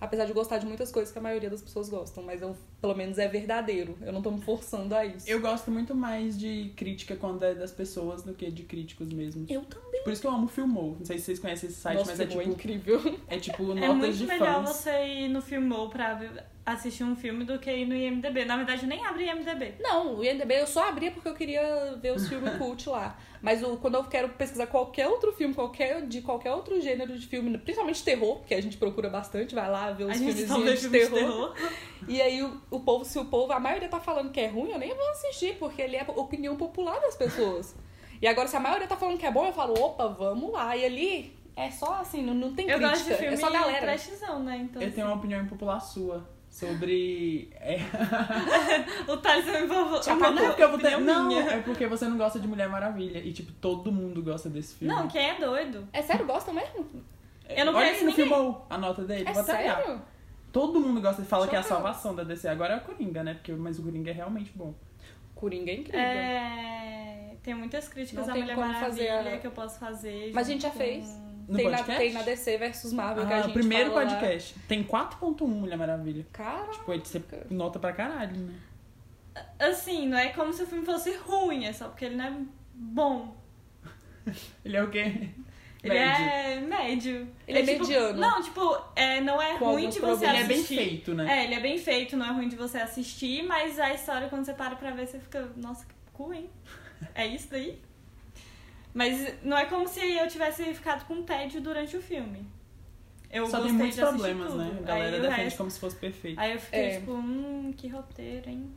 A: Apesar de eu gostar de muitas coisas que a maioria das pessoas gostam, mas eu, pelo menos é verdadeiro. Eu não tô me forçando a isso.
B: Eu gosto muito mais de crítica quando é das pessoas do que de críticos mesmo.
A: Eu também.
B: Por isso que eu amo Filmou. Não sei se vocês conhecem esse site,
A: Nossa,
B: mas é
A: Filmou é
B: tipo,
A: incrível. (laughs)
B: é tipo
C: É
B: notas
C: muito
B: de
C: melhor
B: fãs.
C: você ir no Filmou pra ver- assistir um filme do que ir no IMDB. Na verdade, eu nem abri IMDB.
A: Não, o IMDB eu só abria porque eu queria ver os filmes cult lá. Mas o- quando eu quero pesquisar qualquer outro filme, qualquer, de qualquer outro gênero de filme, principalmente terror, que a gente procura bastante, vai lá ver
C: A
A: os
C: gente
A: filmes
C: só vê
A: de,
C: filme de
A: terror.
C: terror.
A: E aí o, o povo, se o povo, a maioria tá falando que é ruim, eu nem vou assistir, porque ele é a opinião popular das pessoas. E agora, se a maioria tá falando que é bom, eu falo, opa, vamos lá. E ali é só assim, não, não tem
C: Eu
A: crítica,
C: gosto de filme
A: é só galera.
C: trashzão, né? Então,
B: Eu tenho uma opinião impopular sua sobre. É,
C: o Thales um me envolveu.
B: (laughs) não, é porque eu vou ter- não,
C: Tipo, Minha.
B: é porque você não gosta de Mulher Maravilha. E, tipo, todo mundo gosta desse filme.
C: Não, quem é doido?
A: É sério, gostam mesmo?
C: eu não
B: Olha
C: conheço
B: aí no
C: ninguém.
B: Filmou a nota dele.
A: É
B: Vou até olhar.
A: sério?
B: Todo mundo gosta e fala que é a
A: Chocada.
B: salvação da DC. Agora é o Coringa, né? Porque, mas o Coringa é realmente bom.
A: Coringa é incrível.
C: É, tem muitas críticas
A: Não
C: à
A: tem
C: Mulher
A: como
C: Maravilha
A: fazer a-
C: que eu posso fazer.
A: Mas a
C: junto
A: gente já
C: com-
A: fez.
B: No
A: tem, na,
B: podcast?
A: tem na DC versus Marvel que a
B: Ah,
A: gente
B: primeiro
A: fala lá.
B: podcast. Tem 4.1 Mulher Maravilha.
A: Cara,
B: Tipo, aí você nota pra caralho, né?
C: Assim, não é como se o filme fosse ruim, é só porque ele não é bom.
B: Ele é o quê?
C: Ele
B: Médio.
C: é médio.
A: Ele é
C: tipo-
A: mediano.
C: Não, tipo, é, não é
A: Com
C: ruim
A: alguns
C: de você
A: problemas.
B: Ele é bem
C: assistir.
B: feito, né?
C: É, ele é bem feito, não é ruim de você assistir, mas a história, quando você para pra ver, você fica, nossa, que cu, hein? É isso daí? Mas não é como se eu tivesse ficado com tédio durante o filme. Eu
B: Só
C: gostei
B: tem muitos
C: de assistir
B: problemas,
C: tudo.
B: né? A galera
C: aí, o
B: defende
C: resto-
B: como se fosse perfeito.
C: aí eu fiquei
A: É.
C: tipo, hum, que roteiro, hein?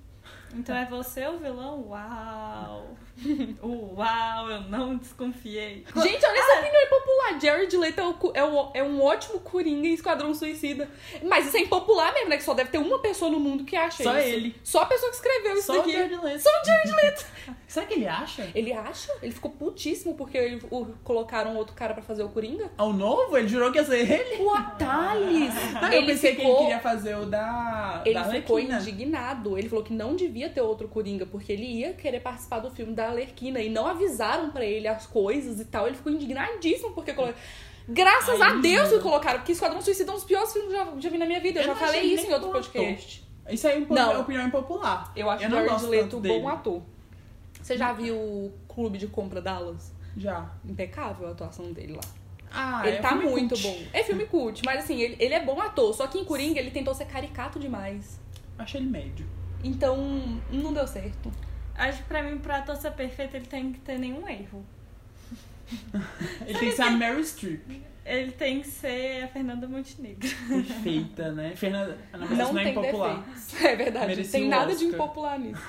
C: Então é você o vilão? Uau! (laughs) Uau, eu não desconfiei.
A: Gente,
B: ah,
A: olha essa opinião impopular. Jared Leto é, o cu- é o- é um ótimo Coringa em Esquadrão Suicida. Mas isso é impopular mesmo, né? Que só deve ter uma pessoa no mundo que acha
B: Só
A: isso.
B: ele.
A: Só a pessoa que escreveu isso
B: Só o
A: daqui.
B: Jared Leto.
A: Só o Jared Leto.
B: (laughs) Será que ele acha?
A: ele acha? Ele ficou putíssimo porque ele- o- colocaram outro cara pra fazer o Coringa?
B: Ao novo? Ele jurou que ia ser ele?
A: O Atalis!
B: Ah, eu
A: ele
B: pensei que ele
A: ficou...
B: queria fazer o da,
A: Ele
B: da
A: ficou
B: Arlequina.
A: indignado. Ele falou que não devia ter outro Coringa, porque ele ia querer participar do filme da Alerquina e não avisaram pra ele as coisas e tal. Ele ficou indignadíssimo porque colo- Graças
B: Hum. Ai,
A: a Deus que
B: juro.
A: colocaram, porque Esquadrão Suicida é um dos piores filmes que eu já, já vi na minha vida. Eu,
B: Eu
A: já
B: não
A: falei
B: achei
A: isso
B: nem
A: em outro
B: bom
A: podcast.
B: Isso aí é impo-
A: Não.
B: opinião impopular.
A: Eu acho
B: eu
A: o
B: não
A: Jared
B: gosto
A: Leto
B: tanto
A: um
B: dele.
A: bom ator. Você já viu o Clube de Compra Dallas?
B: Já.
A: Impecável a atuação dele lá.
B: Ah,
A: ele
B: é
A: tá
B: filme
A: muito
B: cult.
A: bom. É filme cult, mas assim, ele, ele é bom ator. Só que em Coringa ele tentou ser caricato demais.
B: Achei ele médio.
A: Então, não deu certo.
C: Acho que pra mim, pra ator ser perfeito, ele tem que ter nenhum erro.
B: Ele tem que ser a
A: (laughs)
B: Mary Streep.
C: Ele tem que ser a Fernanda Montenegro. (laughs)
B: Perfeita, né? Fernanda. Ah, Não, mas isso não é
A: tem
B: impopular.
A: defeitos. (laughs) É verdade.
B: Merecia
A: tem
B: o
A: nada de
B: Oscar.
A: impopular nisso.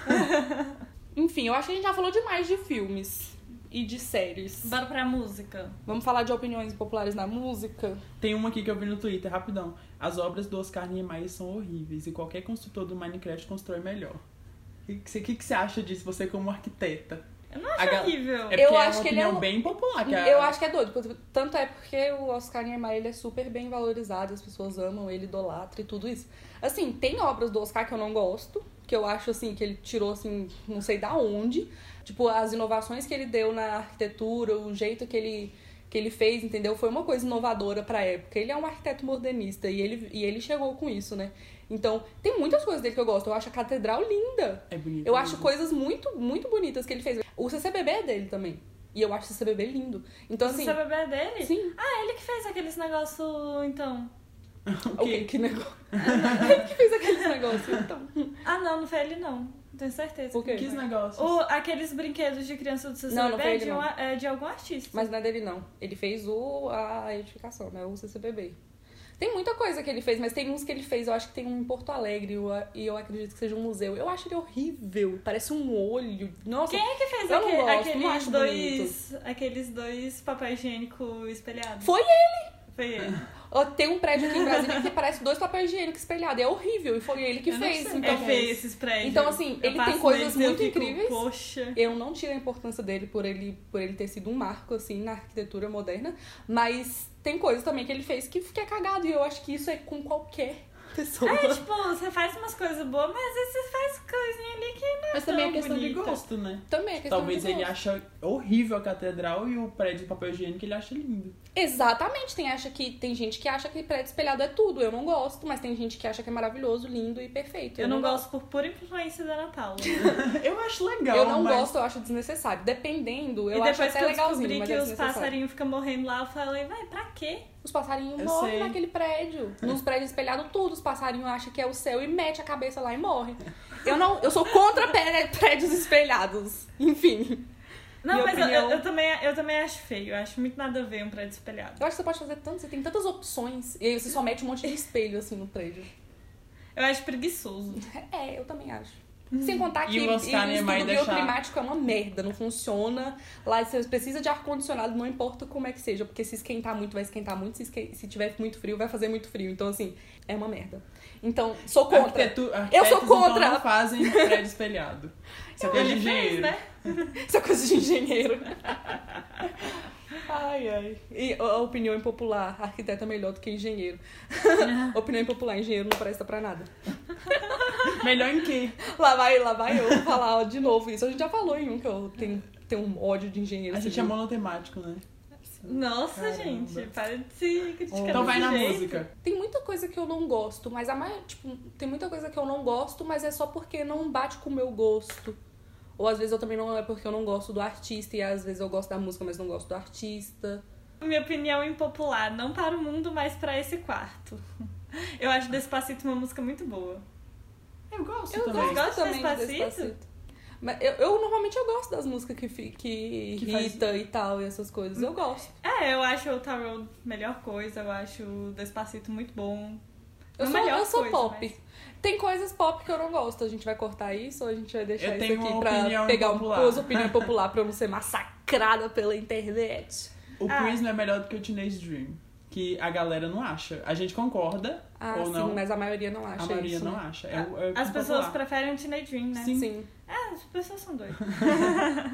A: (laughs) Enfim, eu acho que a gente já falou demais de filmes e de séries.
C: Bora pra música.
A: Vamos falar de opiniões populares na música?
B: Tem uma aqui que eu vi no Twitter, rapidão. As obras do Oscar Niemeyer são horríveis e qualquer construtor do Minecraft constrói melhor. O que, que você- que que você acha disso, você como arquiteta?
C: Eu não acho
B: A gal-
C: horrível.
B: É porque
A: Eu
B: é
A: acho
B: uma
A: que ele é
B: opinião
A: um-
B: bem popular. Ah, Que
A: Eu acho que é doido. porque- Tanto é porque o Oscar Niemeyer ele é super bem valorizado, as pessoas amam ele, idolatram e tudo isso. Assim, tem obras do Oscar que eu não gosto, que eu acho assim, que ele tirou assim, não sei da onde. Tipo, as inovações que ele deu na arquitetura, o jeito que ele que ele fez, entendeu? Foi uma coisa inovadora pra época. Ele é um arquiteto modernista e ele, e ele chegou com isso, né? Então, tem muitas coisas dele que eu gosto. Eu acho a catedral linda.
B: É bonito.
A: Eu acho
B: mesmo.
A: coisas muito, muito bonitas que ele fez. O CCBB é dele também. E eu acho o CCBB lindo. Então, assim.
C: Você sabe a bebê dele?
A: Sim.
C: Ah, ele que fez aqueles negócio, então.
A: (laughs) O quê? Que negócio? ele que fez aqueles negócios, então.
C: Ah, não, não foi ele não. Tenho certeza.
A: O quê?
B: Que negócios.
C: O, aqueles brinquedos de criança do seu
A: Não, não foi
C: bebê
A: ele,
C: de,
A: não.
C: um- é, de algum artista.
A: Mas não é dele, não. Ele fez o, a edificação, né? O CCBB. Tem muita coisa que ele fez, mas tem uns que ele fez. Eu acho que tem um em Porto Alegre eu a- e eu acredito que seja um museu. Eu acho ele horrível. Parece um olho. Nossa.
C: Quem é que
A: Eu
C: fez
A: não
C: aque-
A: gosto, não
C: aqueles
A: acho
C: dois. aqueles dois papel higiênico espelhado?
A: Foi ele!
C: Foi ele.
A: Ó, Tem um prédio aqui em Brasília que parece dois papéis higiênicos espelhados. É horrível. E foi ele que
C: Eu não
A: fez.
C: sei.
A: Então,
C: é feio esses prédios.
A: Então, assim,
C: Eu
A: ele
C: passo
A: tem coisas
C: neles e eu
A: muito
C: fico,
A: incríveis.
C: Poxa.
A: Eu não tiro a importância dele por ele, por ele ter sido um marco, assim, na arquitetura moderna. Mas tem coisas também que ele fez que, que é cagado. E eu acho que isso é com qualquer pessoa.
C: É, tipo, você faz umas coisas boas, mas às vezes você faz coisinha ali que não é
B: Mas também é
C: tão
B: questão
C: bonita.
B: de gosto, né?
A: Também é questão
B: Talvez
A: de
B: ele
A: gosto.
B: ache horrível a catedral e o prédio de papel higiênico ele acha lindo.
A: Exatamente. Tem, acha que, tem gente que acha que prédio espelhado é tudo. Eu não gosto, mas tem gente que acha que é maravilhoso, lindo e perfeito.
C: Eu não gosto por pura influência da Ana Paula.
B: (laughs) Eu acho legal,
A: eu não
B: mas...
A: gosto, eu acho desnecessário. Dependendo, eu
C: e
A: acho
C: depois
A: até
C: que eu
A: legalzinho,
C: descobri
A: mas
C: que
A: é
C: os
A: desnecessário.
C: passarinhos ficam morrendo lá, eu falei, vai, pra quê?
A: Os passarinhos
B: Eu
A: morrem
B: sei.
A: naquele prédio. Nos prédios espelhados, tudo. Os passarinhos acham que é o céu e mete a cabeça lá e morre. Eu não, eu sou contra pré- né, prédios espelhados. Enfim.
C: Não,
A: Minha
C: mas eu-
A: opinião.
C: eu, eu também, eu também acho feio. Eu acho muito nada a ver um prédio espelhado.
A: Eu acho que você pode fazer tanto, você tem tantas opções. E aí você só mete um monte de espelho assim no prédio.
C: Eu acho preguiçoso.
A: É, eu também acho. Sem contar que
B: E o Oscar
A: e o
B: Niemeyer
A: estudo
B: deixar-
A: bioclimático é uma merda, não funciona. Lá você precisa de ar-condicionado, não importa como é que seja, porque se esquentar muito, vai esquentar muito, se, esque- se tiver muito frio, vai fazer muito frio. Então, assim, é uma merda. Então, sou contra.
B: Arquitetu...
A: Eu sou
B: arquitetos,
A: contra.
B: Então, não fazem prédio
A: (laughs)
B: espelhado. Isso é coisa de
C: Ele fez,
B: engenheiro.
C: né?
A: Isso é coisa de engenheiro. ai, ai. E a opinião impopular, arquiteto é melhor do que engenheiro. opinião impopular, engenheiro não presta pra nada.
B: (laughs) Melhor em quê?
A: Lá vai, lá vai eu falar ó, de novo isso. A gente já falou em um que eu tenho, tenho um ódio de engenheiro.
B: A gente é
A: civil.
B: monotemático, né?
C: Nossa,
B: Caramba.
C: gente, para de se criticar.
A: é
B: Então vai
C: desse
B: na
C: jeito.
B: música.
A: Tem muita coisa que eu não gosto, mas a mai- tipo, tem muita coisa que eu não gosto, mas é só porque não bate com o meu gosto. Ou às vezes eu também não é porque eu não gosto do artista e às vezes eu gosto da música, mas não gosto do artista.
C: Minha opinião impopular, não para o mundo, mas para esse quarto. (laughs) Eu acho Despacito uma música muito boa.
B: Eu gosto
A: Eu
B: também.
A: gosto
C: Gosta de
A: também de
C: Despacito?
A: Despacito. Mas eu, eu normalmente eu gosto das músicas que fi- que,
B: Que faz-
A: irrita e tal e essas coisas. Eu gosto.
C: É, eu acho o Tarot melhor coisa, eu acho o Despacito muito bom.
A: Eu
C: Não
A: sou,
C: melhor
A: eu sou
C: coisa,
A: pop.
C: mas-
A: Tem coisas pop que eu não gosto. A gente vai cortar isso ou a gente vai deixar
B: Eu
A: isso
B: tenho
A: aqui
B: uma
A: pra
B: opinião
A: pegar um
B: impopular.
A: pôs
B: (laughs)
A: opinião popular pra eu não ser massacrada pela internet?
B: O
C: Ah.
B: Prism é melhor do que o Teenage Dream. Que a galera não acha. A gente concorda
A: Ah,
B: ou
A: sim,
B: não.
A: mas a maioria não acha
B: a maioria
A: isso.
B: não
A: né?
B: acha. É, o- é o
C: As
B: impopular.
C: pessoas preferem o Teenage Dream, né?
A: Sim.
C: Ah, as pessoas são doidas.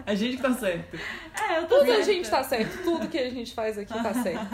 B: A gente que tá certo.
C: É, eu tô
A: Tudo a
C: certa.
A: gente tá certo. Tudo que a gente faz aqui tá certo.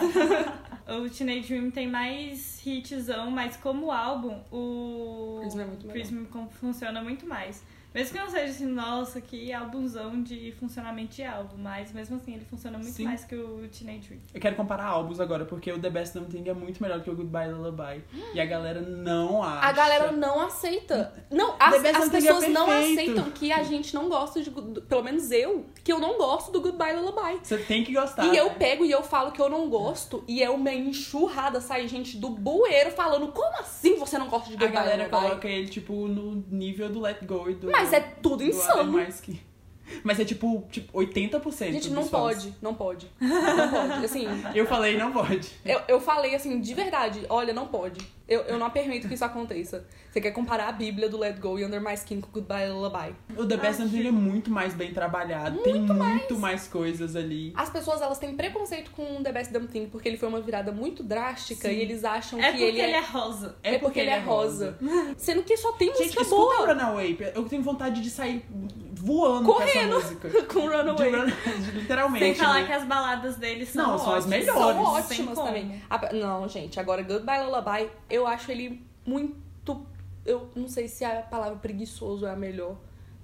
C: O Teenage Dream tem mais hitzão, mas como álbum, o
A: Prism é muito melhor.
C: Prism con- funciona muito mais. Mesmo que não seja assim, nossa, que álbumzão de funcionamento de álbum, mas mesmo assim ele funciona muito
B: Sim.
C: mais que o Teenage Dream.
B: Eu quero comparar álbuns agora, porque o The Best Damn Thing é muito melhor do que o Goodbye Lullaby. E a galera não acha.
A: A galera não aceita. Não, as,
B: The Best
A: as
B: Anthem é
A: pessoas não
B: perfeito.
A: aceitam que a gente não gosta de. good- Pelo menos eu, que eu não gosto do Goodbye Lullaby.
B: Você tem que gostar.
A: E eu
B: né?
A: pego e eu falo que eu não gosto, e é uma enxurrada, sai gente do bueiro falando, como assim você não gosta de
B: A
A: Goodbye
B: galera
A: Lullaby?
B: coloca ele, tipo, no nível do Let Go e do.
A: Mas é tudo
B: do
A: insano.
B: Adam Maisky. Mas é tipo, tipo 80%.
A: Gente,
B: dos
A: não
B: fãs.
A: pode, não pode. Não pode. Assim,
B: Eu falei, não pode.
A: eu, eu falei assim, de verdade, olha, não pode. Eu, eu não permito que isso aconteça. Você quer comparar a Bíblia do Let Go e Under My Skin com Goodbye Lullaby.
B: O The Best
C: Ai,
B: Anthem é muito mais bem trabalhado, tem muito mais coisas ali.
A: As pessoas, elas têm preconceito com The Best Damn Thing, porque ele foi uma virada muito drástica
B: Sim.
A: e eles acham
C: É
A: que
C: porque
A: ele é...
C: rosa.
A: É porque ele é rosa. Sendo que só tem
B: Gente,
A: música é
B: escuta
A: boa
B: o Runaway. Eu tenho vontade de sair voando
A: Correndo.
B: com essa música.
A: com Runaway.
B: De run- (laughs) Literalmente.
C: Sem falar
B: né?
C: que as baladas dele são
B: Não, são as
C: ótimas.
B: melhores.
A: São
C: Sem
A: ótimas
C: como.
A: também. A- Não, gente, agora Goodbye Lullaby, eu acho ele muito. Eu não sei se a palavra preguiçoso é a melhor.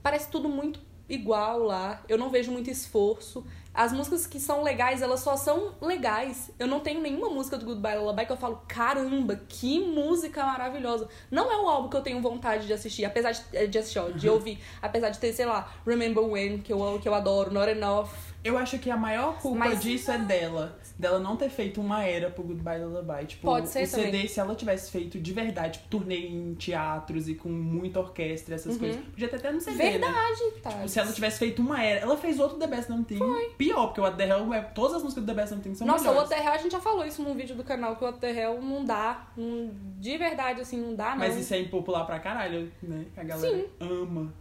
A: Parece tudo muito igual lá. Eu não vejo muito esforço. As músicas que são legais, elas só são legais. Eu não tenho nenhuma música do Goodbye Lullaby que eu falo, caramba, que música maravilhosa. Não é um álbum que eu tenho vontade de assistir, apesar de, de assistir, ó, de ouvir. Apesar de ter, sei lá, Remember When, que eu, que eu adoro, Not Enough.
B: Eu acho que a maior culpa
A: Mas-
B: disso é dela. Dela não ter feito uma era pro Goodbye Lullaby. Tipo,
A: Pode ser
B: o CD,
A: também.
B: se ela tivesse feito de verdade, tipo, turnê em teatros e com muita orquestra, essas
A: Uhum.
B: coisas. Podia ter até no CD, né?
A: Verdade, tá.
B: Tipo, se ela tivesse feito uma era. Ela fez outro The Best Damn Thing. Pior, porque o The Hell é... Todas as músicas do The Best Damn Thing são
A: Nossa, o
B: melhores.
A: Hotel Hell, a gente já falou isso num vídeo do canal, que o Hotel Hell não dá. não- de verdade, assim, não dá, não.
B: Mas isso é impopular pra caralho, né? A galera
A: Sim.
B: ama.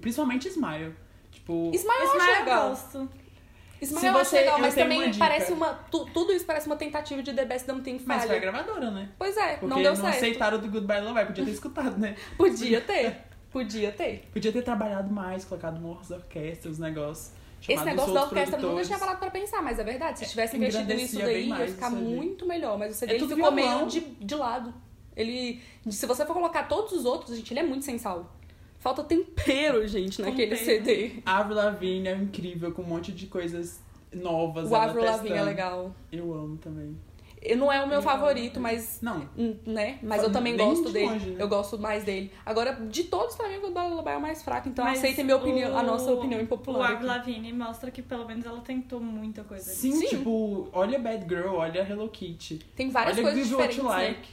B: Principalmente Smile. Tipo...
A: Smile eu acho
C: Smile é eu
A: legal.
C: gosto.
A: Isso
B: Se
A: eu acho
B: você-
A: legal,
B: eu
A: mas
B: tenho
A: também
B: uma dica.
A: parece uma. tu- tudo isso parece uma tentativa de The Best Something
B: Mas foi a
A: falha.
B: gravadora, né?
A: pois é,
B: Porque
A: não deu certo.
B: aceitaram do Goodbye Lullaby, podia ter escutado, né?
A: Podia ter. Podia
B: (laughs)
A: ter.
B: Podia ter trabalhado mais, colocado umas orquestras, os negócios.
A: Esse
B: chamado os
A: negócio da
B: outros
A: orquestra eu nunca
B: produtores.
A: tinha parado pra pensar, mas é verdade. Se tivesse investido nisso
B: engrandecia
A: daí,
B: bem
A: ia
B: mais
A: ficar
B: isso ali.
A: muito melhor. Mas o CD
B: É
A: ele
B: tudo
A: ficou meio
B: violão.
A: de, de lado. Ele. Se você for colocar todos os outros, gente, ele é muito sem sal. Falta tempero, gente, naquele
C: Tempero.
A: CD.
B: Avril Lavigne é incrível, com um monte de coisas novas.
A: O
B: ela
A: Avril Lavigne é
B: testando.
A: legal.
B: Eu amo também.
A: E Não é o meu
B: Eu
A: favorito,
B: amo.
A: mas.
B: Não,
A: n- Né? Mas eu
B: Nem
A: também gosto
B: né? de
A: dele.
B: longe, né?
A: Eu gosto mais dele. Agora, de todos, pra mim, o Goodbye Lullaby é o mais fraco. Então,
C: Mas
A: aceitem minha opinião, a nossa
C: o-
A: opinião
C: O
A: impopular.
C: Avril
A: aqui.
C: Lavigne mostra que pelo menos ela tentou muita coisa.
B: sim,
A: é. Sim.
B: tipo, olha Bad Girl, olha Hello Kitty.
A: Tem várias
B: olha
A: coisas
B: Give What
A: diferentes.
B: You
A: né?
B: Like.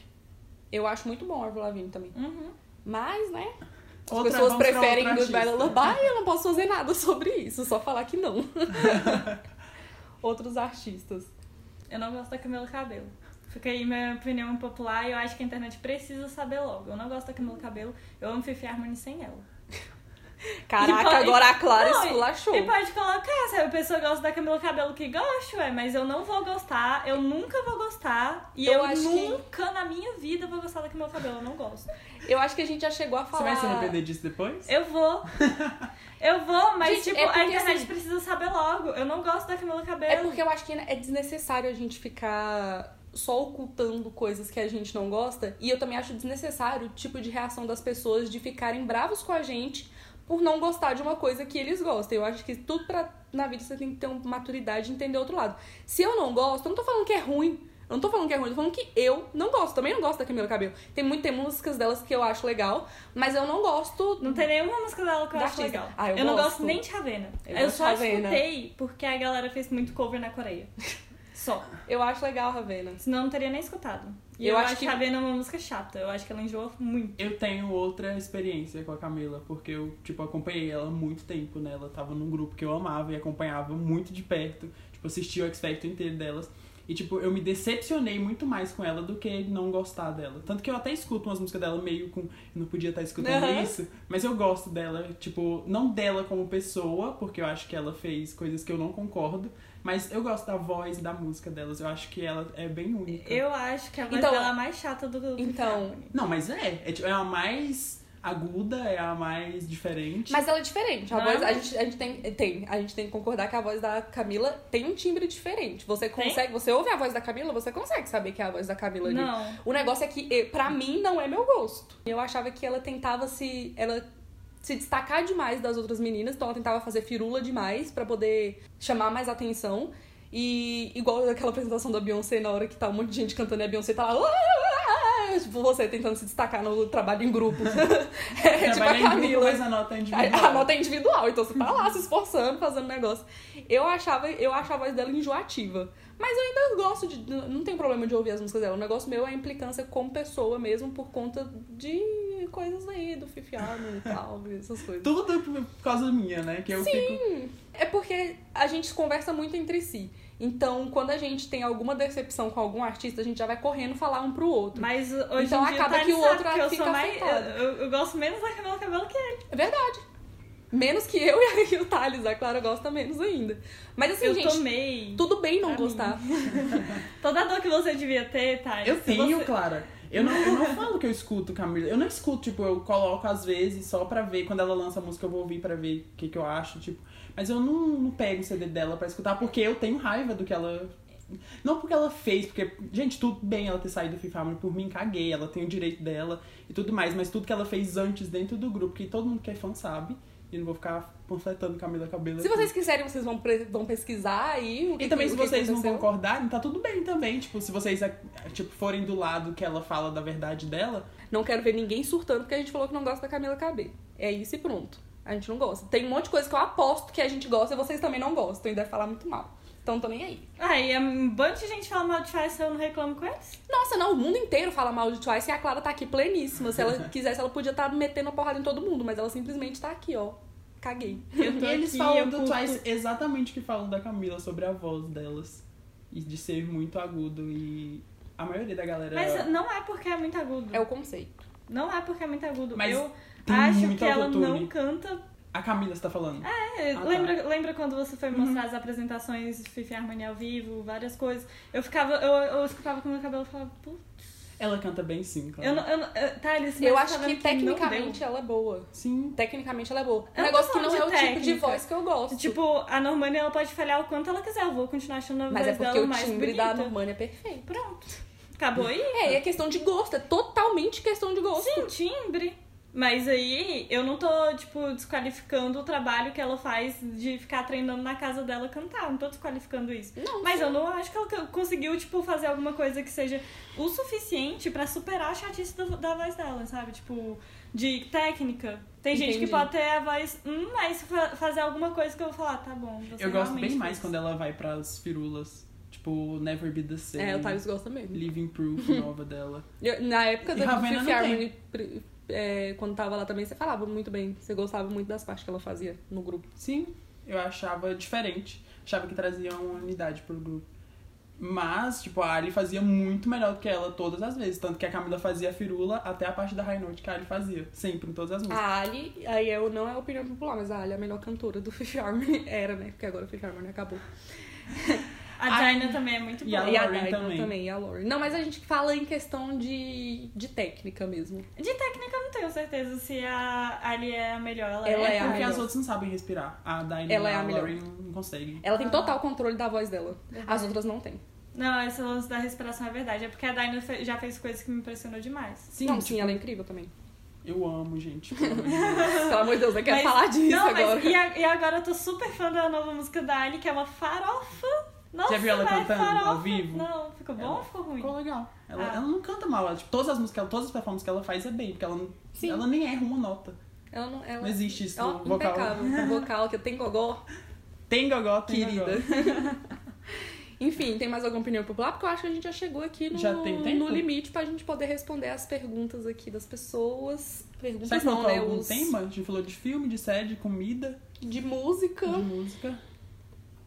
A: Eu acho muito bom o Avril Lavigne também.
C: Uhum.
A: Mas, né? As
B: Outra-
A: pessoas
B: vamos pra
A: preferem
B: outra
A: Goodbye
B: artista.
A: Lullaby eu não posso fazer nada sobre isso, só falar que
B: (laughs)
A: não. Outros artistas.
C: Eu não gosto da Camila Cabelo. Fica aí minha opinião popular e eu acho que a internet precisa saber logo. Eu não gosto da Camila Cabelo, eu amo Fifi Harmony sem ela.
A: Caraca,
C: E pode-
A: agora a Clara
C: Não, e-
A: esculachou.
C: E pode colocar, sabe? A pessoa gosta da Camila Cabelo que gosta, ué, mas eu não vou gostar, eu nunca vou gostar. E
A: Eu
C: eu,
A: acho que-
C: nunca na minha vida vou gostar da Camila Cabelo, eu não gosto.
A: Eu acho que a gente já chegou a
B: Você
A: falar.
B: vai se arrepender disso depois?
C: Eu vou. Eu vou, mas
A: Gente,
C: tipo,
A: é porque,
C: a internet
A: assim,
C: precisa saber logo. Eu não gosto da Camila Cabelo.
A: É porque eu acho que é desnecessário a gente ficar só ocultando coisas que a gente não gosta. E eu também acho desnecessário o tipo de reação das pessoas de ficarem bravos com a gente por não gostar de uma coisa que eles gostam. Eu acho que tudo pra, na vida você tem que ter uma maturidade e entender outro lado. Se eu não gosto, eu não tô falando que é ruim. Eu não tô falando que é ruim, eu tô falando que eu não gosto. Também não gosto da Camila Cabelo. Tem, muito, tem músicas delas que eu acho legal, mas eu não gosto.
C: Não tem nenhuma música dela que eu
A: Da
C: acho
A: artista.
C: legal.
A: Ah, eu
C: não
A: gosto.
C: gosto nem de Ravena.
A: Eu
C: Eu,
A: gosto de
C: só
A: Ravena.
C: escutei porque a galera fez muito cover
A: (laughs)
C: na Coreia. Só.
A: Eu acho legal, Ravena.
C: Senão eu não teria nem escutado. E
A: Eu
C: eu,
A: acho
C: acho que
A: que-
C: Ravena é uma música chata. Eu acho que ela enjoa muito.
B: Eu tenho outra experiência com a Camila, porque eu, tipo, acompanhei ela há muito tempo, né? Ela tava num grupo que eu amava e acompanhava muito de perto. Tipo, assisti o X Factor inteiro delas. E, tipo, eu me decepcionei muito mais com ela do que não gostar dela. Tanto que eu até escuto umas músicas dela meio com... Eu não podia estar escutando
A: Aham.
B: isso. Mas eu gosto dela, tipo, não dela como pessoa, porque eu acho que ela fez coisas que eu não concordo. Mas eu gosto da voz e da música delas. Eu acho que ela é bem única.
C: Eu acho que a voz
A: Então-
C: dela é a mais chata do do
A: Então,
C: Fifth Harmony.
B: Não, mas é. É, tipo, é a mais aguda, é a mais diferente.
A: Mas ela é diferente. A,
C: Não,
A: voz, a,
C: mas-
A: gente, a gente tem, tem. A gente tem que concordar que a voz da Camila tem um timbre diferente. Você
C: Tem?
A: consegue, você ouve a voz da Camila, você consegue saber que é a voz da Camila ali.
C: Não.
A: O negócio é que, eh, pra mim, não é meu gosto. Eu achava que ela tentava se. Ela se destacar demais das outras meninas, então ela tentava fazer firula demais pra poder chamar mais atenção. E igual aquela apresentação da Beyoncé, na hora que tá um monte de gente cantando e a Beyoncé tá lá. "Ah, ah, ah", Tipo, você tentando se destacar no trabalho em grupo. (laughs) é tipo a
B: Trabalha em grupo,
A: Camila.
B: mas a nota é individual.
A: A, a nota é individual, então você tá lá se esforçando, fazendo negócio. Eu achava, eu achava a voz dela enjoativa. Mas eu ainda gosto de. Não tenho problema de ouvir as músicas dela. O negócio meu é a implicância como pessoa mesmo, por conta de coisas aí, do Fifi Harmony e tal, (laughs) essas coisas.
B: Tudo por causa minha, né? Que eu fico...
A: É porque a gente conversa muito entre si. Então, quando a gente tem alguma decepção com algum artista, a gente já vai correndo falar um pro outro.
C: Mas hoje
A: Então
C: em dia
A: acaba
C: tá
A: que o
C: sabe
A: outro
C: que eu
A: fica
C: sou mais. Eu,
A: afetado.
C: eu- eu gosto menos da Camila Cabelo que ele.
A: É verdade. Menos que eu (laughs) e o Thales, a Clara gosta menos ainda. Mas assim,
C: eu
A: gente,
C: tomei.
A: tudo bem não
C: Pra mim.
A: gostar.
C: Toda a dor que você devia ter, Thales.
B: Eu
C: se
B: tenho,
C: você-
B: Clara. Eu não, eu não falo que eu escuto Camila. Eu não escuto, tipo, eu coloco às vezes só pra ver. Quando ela lança a música, eu vou ouvir pra ver o que, que eu acho, tipo. Mas eu não, não pego o CD dela pra escutar, porque eu tenho raiva do que ela. Não porque ela fez, porque, gente, tudo bem ela ter saído do FIFA, mas por mim caguei, ela tem o direito dela e tudo mais, mas tudo que ela fez antes dentro do grupo, que todo mundo que é fã sabe, e eu não vou ficar panfletando Camila Cabelo.
A: Se
B: aqui.
A: vocês quiserem, vocês vão, pre- vão pesquisar aí o que
B: E também,
A: que-
B: se
A: o que
B: vocês não
A: aconteceu.
B: concordarem, tá tudo bem também. Tipo, se vocês eh, tipo, forem do lado que ela fala da verdade dela,
A: Não quero ver ninguém surtando porque a gente falou que não gosta da Camila Cabello. É isso e pronto. A gente não gosta. Tem um monte de coisa que eu aposto que a gente gosta e vocês também não gostam e deve falar muito mal. Então não tô nem aí.
C: Ah, e um bando de gente fala mal de Charles, eu não reclamo com eles.
A: Nossa, não, o mundo inteiro fala mal de Twice e a Clara tá aqui pleníssima. Se
C: (laughs)
A: ela quisesse, ela podia estar metendo a porrada em todo mundo, mas ela simplesmente tá aqui, ó. Caguei.
C: (laughs) Eu tô
B: e eles
C: aqui,
B: falam
C: eu
B: do
C: curto.
B: Twice exatamente o que falam da Camila sobre a voz delas. E de ser muito agudo. E a maioria da galera.
C: Mas não é porque é muito agudo.
A: É o conceito.
C: Não é porque é muito agudo.
B: Mas
C: eu
B: tem
C: acho
B: muito
C: que ela
B: autotune.
C: não canta.
B: A A Camila, você tá falando.
C: É,
B: Ah, tá. Uhum.
C: lembra, lembra quando você foi me mostrar as apresentações de Fifi Harmonia ao vivo, várias coisas? Eu ficava, eu, eu escutava com o meu cabelo e falava, putz,
B: Ela canta bem, sim, claro.
C: eu não, eu não, eu- tá, eles
A: Eu
C: mas
A: acho
C: tá
A: que
C: vendo não deu.
A: tecnicamente ela é boa.
B: Sim.
A: Tecnicamente ela é boa.
C: Eu
A: Um
C: não
A: negócio
C: tô
A: que não é o
C: falando de
A: tipo de
C: técnica.
A: voz que eu gosto.
C: Tipo, a Normani ela pode falhar o quanto ela quiser, eu vou continuar achando a
A: mas
C: voz
A: é porque
C: dela
A: o
C: mais
A: timbre
C: bonita.
A: da Normani é perfeito.
C: Pronto. Acabou aí?
A: É, e é questão de gosto, é totalmente questão de gosto.
C: Sim, timbre. Mas aí eu não tô, tipo, desqualificando o trabalho que ela faz de ficar treinando na casa dela cantar. Não tô desqualificando isso.
A: Não,
C: Mas eu não acho que ela c- conseguiu, tipo, fazer alguma coisa que seja o suficiente pra superar a chatice da, da voz dela, sabe? Tipo, de técnica. Tem gente que
A: Entendi.
C: pode ter a voz, hum, mas fa- fazer alguma coisa que eu vou falar, tá bom. Você
B: Eu gosto
C: realmente
B: bem mais
C: fez.
B: quando ela vai pras firulas. Tipo, Never Be The Same.
A: É, o Thales gosta mesmo.
B: Living Proof, nova dela.
A: Eu- na época
B: E
A: da
B: Ravena
A: Fifth
B: não tem.
A: Harmony, pri- é, quando tava lá também, você falava muito bem. Você gostava muito das partes que ela fazia no grupo.
B: Sim, eu achava diferente. Achava que trazia uma unidade pro grupo. Mas, tipo, a Ali fazia muito melhor do que ela todas as vezes. Tanto que a Camila fazia a firula até a parte da High Note que a Ali fazia. Sempre, em todas as músicas.
A: A Ali, aí eu não é opinião popular, mas a Ali é a melhor cantora do (laughs) Fifth Harmony. Era, né? Porque agora o Fifth Harmony acabou.
C: A Jaina também é muito
B: E
C: boa.
B: a Lauren
A: Diana
B: também.
A: E a Lauren. Não, mas a gente fala em questão de, de técnica mesmo.
C: De técnica eu não tenho certeza se a Ali é a melhor. Ela,
A: Ela
C: é
A: é a
B: Porque
A: melhor.
B: as outras não sabem respirar. A Diana
A: Ela
B: e
A: é
B: a,
A: a melhor. É.
B: Lauren não conseguem.
A: Ela tem total controle da voz dela.
C: Verdade.
A: As outras não têm.
C: Não, esse lance da respiração é verdade. É porque a Daina fe- já fez coisas que me impressionou demais.
B: Sim,
A: não, sim,
B: tipo,
A: ela é incrível também.
B: eu amo, gente. pelo
A: (laughs)
B: amor de Deus.
A: Pelo amor de Deus, eu quero
C: Mas-
A: falar disso
C: não,
A: agora.
C: Mas, e, a- e agora eu tô super fã da nova música da Ali, que é uma farofa. Nossa,
B: Já viu ela
C: vai,
B: cantando ao
C: farofa.
B: vivo?
C: Não, ficou bom
B: Ela-
C: ou ficou ruim?
B: Ficou legal. Ela,
C: Ah.
B: ela não canta mal. Ela, tipo, todas as músicas, todas as performances que ela faz é bem. Porque ela, não-
A: Sim.
B: ela nem erra uma nota.
A: Ela não, ela...
B: Não existe isso
A: Ela
B: no vocal.
A: impecável.
B: (laughs)
A: O vocal que tem gogó,
B: Tem gogó, tem
A: querida.
B: gogó.
A: (laughs) Enfim, tem mais alguma opinião popular? Porque eu acho que a gente já chegou aqui no,
B: Já tem tempo?
A: no limite pra gente poder responder as perguntas aqui das pessoas. Perguntas
B: Será que
A: não,
B: faltou
A: né?
B: algum
A: Os...
B: tema? A gente falou de filme, de série, de comida,
A: De música.
B: de música.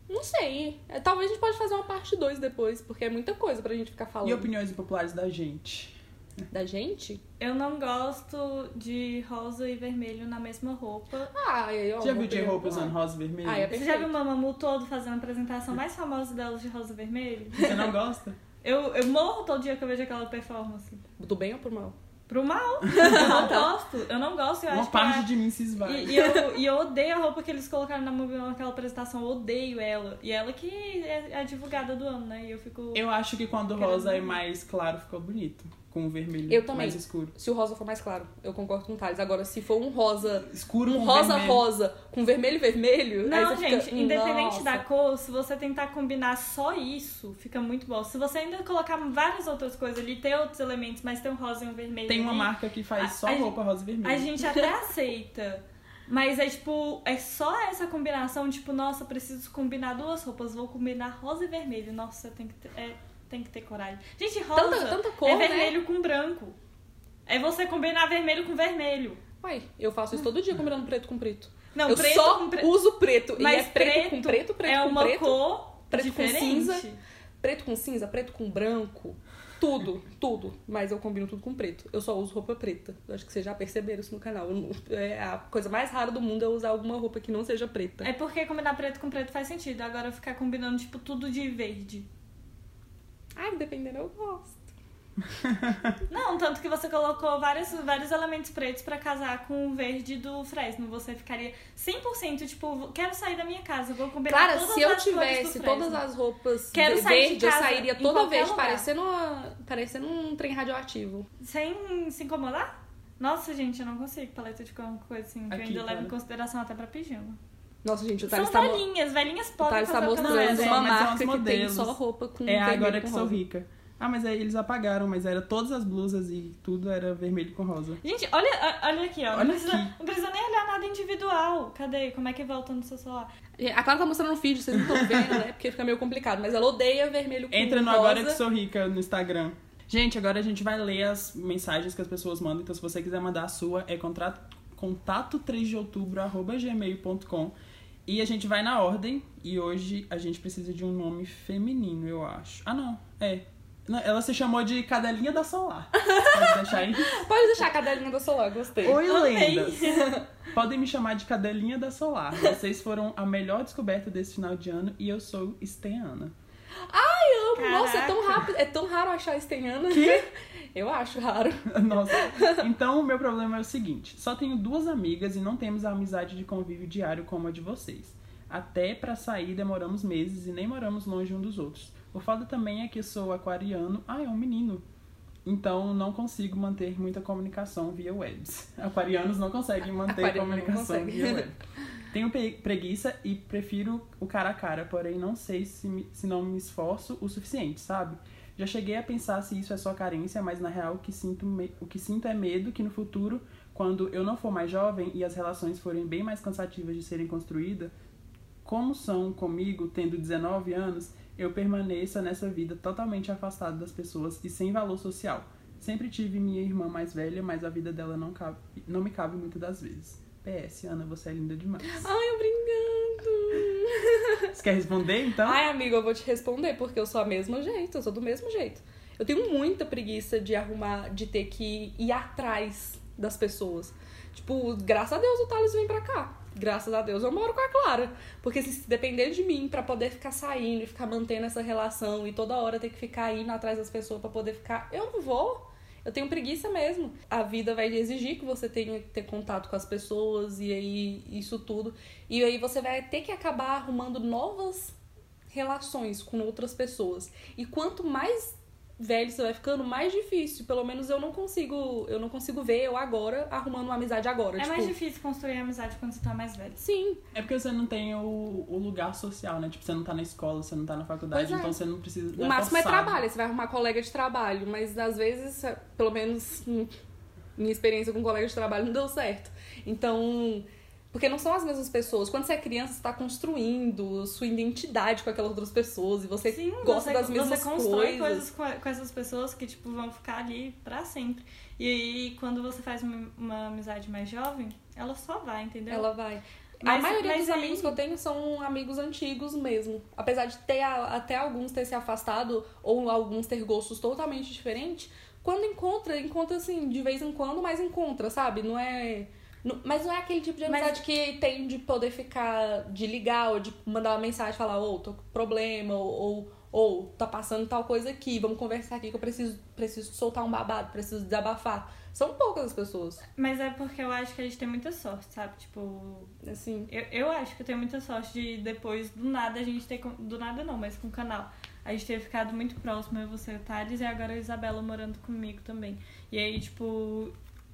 A: Não sei. É, Talvez a gente pode fazer uma parte 2 depois, porque é muita coisa pra gente ficar falando.
B: E opiniões populares da gente.
A: Da gente?
C: Eu não gosto de rosa e vermelho na mesma roupa.
A: Ah, eu
C: Então,
B: Você já viu de roupa usando rosa e vermelho?
A: Ah, é
C: Você já viu
A: Perfeito.
C: Mamamoo todo fazendo a apresentação mais famosa delas de rosa e vermelho?
B: Você não gosta?
C: Eu, eu morro todo dia que eu vejo aquela performance.
A: Do bem ou pro mal?
C: Pro
B: (laughs)
C: mal. Eu não gosto. Eu não gosto. (laughs) Eu
B: Tá. Uma
C: acho que
B: parte
C: é-
B: de mim se esvai.
C: E, e eu, e eu odeio a roupa que eles colocaram na Movie naquela apresentação, eu odeio ela. E ela que é a divulgada do ano, né? E eu fico.
B: Eu acho que quando o rosa é mais claro, ficou bonito. Com o vermelho
A: Eu também.
B: mais escuro.
A: Se o rosa for mais claro, eu concordo com o Thales. Agora, se for um rosa.
B: Escuro
A: Um
B: com
A: rosa
B: vermelho.
A: rosa com vermelho vermelho. aí
C: Não,
A: você
C: gente,
A: fica, hum,
C: independente
A: "Nossa".
C: da cor, se você tentar combinar só isso, fica muito bom. Se você ainda colocar várias outras coisas ali, tem outros elementos, mas tem um rosa e um vermelho.
B: Tem uma
C: ali,
B: marca que faz
C: A-
B: só
C: a gente-
B: roupa rosa e vermelho.
C: A
A: (laughs)
C: gente até aceita. Mas é tipo, é só essa combinação, tipo, nossa, preciso combinar duas roupas, vou combinar rosa e vermelho. Nossa, tem que ter, é, tem que ter coragem. Gente, rosa
A: Tanta- tanta cor,
C: é
A: né?
C: vermelho com branco. É você combinar vermelho com vermelho.
A: Uai, eu faço isso todo dia combinando preto com preto.
C: Não,
A: eu
C: preto
A: só
C: com preto.
A: uso preto.
C: Mas
A: e é preto, com preto, preto
C: é
A: com
C: uma
A: preto.
C: cor
A: preto com
C: diferente.
A: cinza. Preto com cinza, preto com branco. Tudo, tudo. Mas eu combino tudo com preto. Eu só uso roupa preta. Eu acho que vocês já perceberam isso no canal. Eu não- é a coisa mais rara do mundo é usar alguma roupa que não seja preta.
C: É porque combinar preto com preto faz sentido. Agora eu ficar combinando, tipo, tudo de verde.
A: Ai, Ah, dependendo, eu gosto.
C: Não, tanto que você colocou vários, vários elementos pretos pra casar com o verde do Fresno. Você ficaria 100% tipo, quero sair da minha casa, vou combinar
A: Cara,
C: todas
A: se
C: as
A: eu
C: cores do
A: tivesse
C: Fresno.
A: todas as roupas
C: Quero
A: ve-
C: sair de
A: verde, eu
C: casa,
A: sairia
C: em
A: toda
C: qualquer
A: vez
C: lugar.
A: parecendo, uma- parecendo um trem radioativo.
C: Sem se incomodar? Nossa, gente, eu não consigo paleta de cor, uma coisa assim, que eu
B: Aqui,
C: ainda levo
B: cara.
C: em consideração até pra pijama.
A: Nossa, gente, o
C: São
A: Thales tá, mo-
C: velhinhas, velhinhas
A: o
C: podem
A: Thales tá
C: fazer o que né? elas
A: mostrando
B: quiser,
C: quiserem.
A: uma
B: mas são
A: marca que
B: os
A: tem
B: modelos.
A: só roupa com
B: É
A: vermelho
B: agora que
A: com
B: sou
A: rosa.
B: rica. Ah, mas aí eles apagaram, mas era todas as blusas e tudo era vermelho com rosa.
C: Gente, olha, a- olha aqui, ó.
B: Olha
C: não, precisa,
B: aqui.
C: não precisa nem olhar nada individual. Cadê? Como é que volta no seu celular?
A: A Clara tá mostrando no feed, vocês não estão vendo, né? Porque fica meio complicado. Mas ela odeia vermelho com
B: Entra no
A: rosa.
B: Agora Que Sou Rica no Instagram. Gente, agora a gente vai ler as mensagens que as pessoas mandam. Então, se você quiser mandar a sua, é contrato, contato 3 de outubro, arroba gmail.com. E a gente vai na ordem. E hoje a gente precisa de um nome feminino, eu acho. Ah, não. É. Não, Ela se chamou de cadelinha da Solar. Pode deixar aí.
A: Pode deixar a cadelinha do Solar, gostei.
B: Oi,
C: Amei.
B: lendas. Podem me chamar de cadelinha da Solar. Vocês foram a melhor descoberta desse final de ano e eu sou Esteana.
A: Ai, amo. Nossa, é tão
C: Caraca.
A: rápido. É tão raro achar esteniana.
B: Que?
A: Eu acho raro.
B: (laughs) Nossa. Então, o meu problema é o seguinte: só tenho duas amigas e não temos a amizade de convívio diário como a de vocês. Até pra sair demoramos meses e nem moramos longe um dos outros. O foda também é que sou aquariano. Ah, é um menino. Então não consigo manter muita comunicação via webs. (laughs) Aquarianos não conseguem manter
A: Aquariano não
B: comunicação
A: consegue.
B: via
A: (laughs)
B: web. Tenho pe- preguiça e prefiro o cara a cara, porém não sei se, me- se não me esforço o suficiente, sabe? Já cheguei a pensar se isso é só carência, mas na real o que sinto, me- o que sinto é medo que no futuro, quando eu não for mais jovem e as relações forem bem mais cansativas de serem construídas, como são comigo, tendo 19 anos, eu permaneça nessa vida totalmente afastada das pessoas e sem valor social. Sempre tive minha irmã mais velha, mas a vida dela não, cabe, não me cabe muitas das vezes. PS, Ana, você é linda demais.
A: Ai, obrigado.
B: Você quer responder, então?
A: Ai, amigo, eu vou te responder, porque eu sou a mesma jeito, eu sou do mesmo jeito. Eu tenho muita preguiça de arrumar, de ter que ir atrás das pessoas. Tipo, graças a Deus o Thales vem pra cá. Graças a Deus eu moro com a Clara. Porque se depender de mim pra poder ficar saindo e ficar mantendo essa relação e toda hora ter que ficar indo atrás das pessoas pra poder ficar, eu não vou. Eu tenho preguiça mesmo. A vida vai exigir que você tenha que ter contato com as pessoas e aí isso tudo. E aí você vai ter que acabar arrumando novas relações com outras pessoas. E quanto mais velho você vai ficando, mais difícil. Pelo menos eu não consigo, eu não consigo ver eu agora arrumando uma amizade agora,
C: É
A: tipo.
C: mais difícil construir amizade quando você tá mais velho.
A: Sim,
B: É porque você não tem o, o lugar social, né? Tipo, você não tá na escola, você não tá na faculdade,
A: Pois é.
B: então você não precisa. não
A: o máximo é
B: forçado.
A: trabalho, você vai arrumar colega de trabalho, mas às vezes, é, pelo menos hum, minha experiência com colega de trabalho não deu certo. Então, porque não são as mesmas pessoas. Quando você é criança, você tá construindo sua identidade com aquelas outras pessoas e você
C: Sim,
A: gosta
C: você,
A: das mesmas
C: você constrói
A: coisas.
C: coisas, com, com essas pessoas que, tipo, vão ficar ali pra sempre. E aí, quando você faz uma, uma amizade mais jovem, ela só vai, entendeu?
A: Ela vai. a
C: Mas-
A: maioria
C: mas
A: dos
C: aí-
A: amigos que eu tenho são amigos antigos mesmo. Apesar de ter a- até alguns ter se afastado ou alguns ter gostos totalmente diferentes, quando encontra, encontra assim, de vez em quando, mas encontra, sabe? Não é. não- mas não é aquele tipo de
C: Mas-
A: amizade que tem de poder ficar, de ligar ou de mandar uma mensagem e falar, ô, tô com problema, ou, ou, ou, tá passando tal coisa aqui, vamos conversar aqui que eu preciso, preciso soltar um babado, preciso desabafar. São poucas as pessoas,
C: Mas é porque eu acho que a gente tem muita sorte, sabe? Tipo,
A: assim.
C: eu, eu acho que eu tenho muita sorte de depois, do nada, a gente ter. con- Do nada não, mas com o canal. A gente ter ficado muito próximo, eu, você e o Thales, e agora a Isabela morando comigo também. E aí, tipo,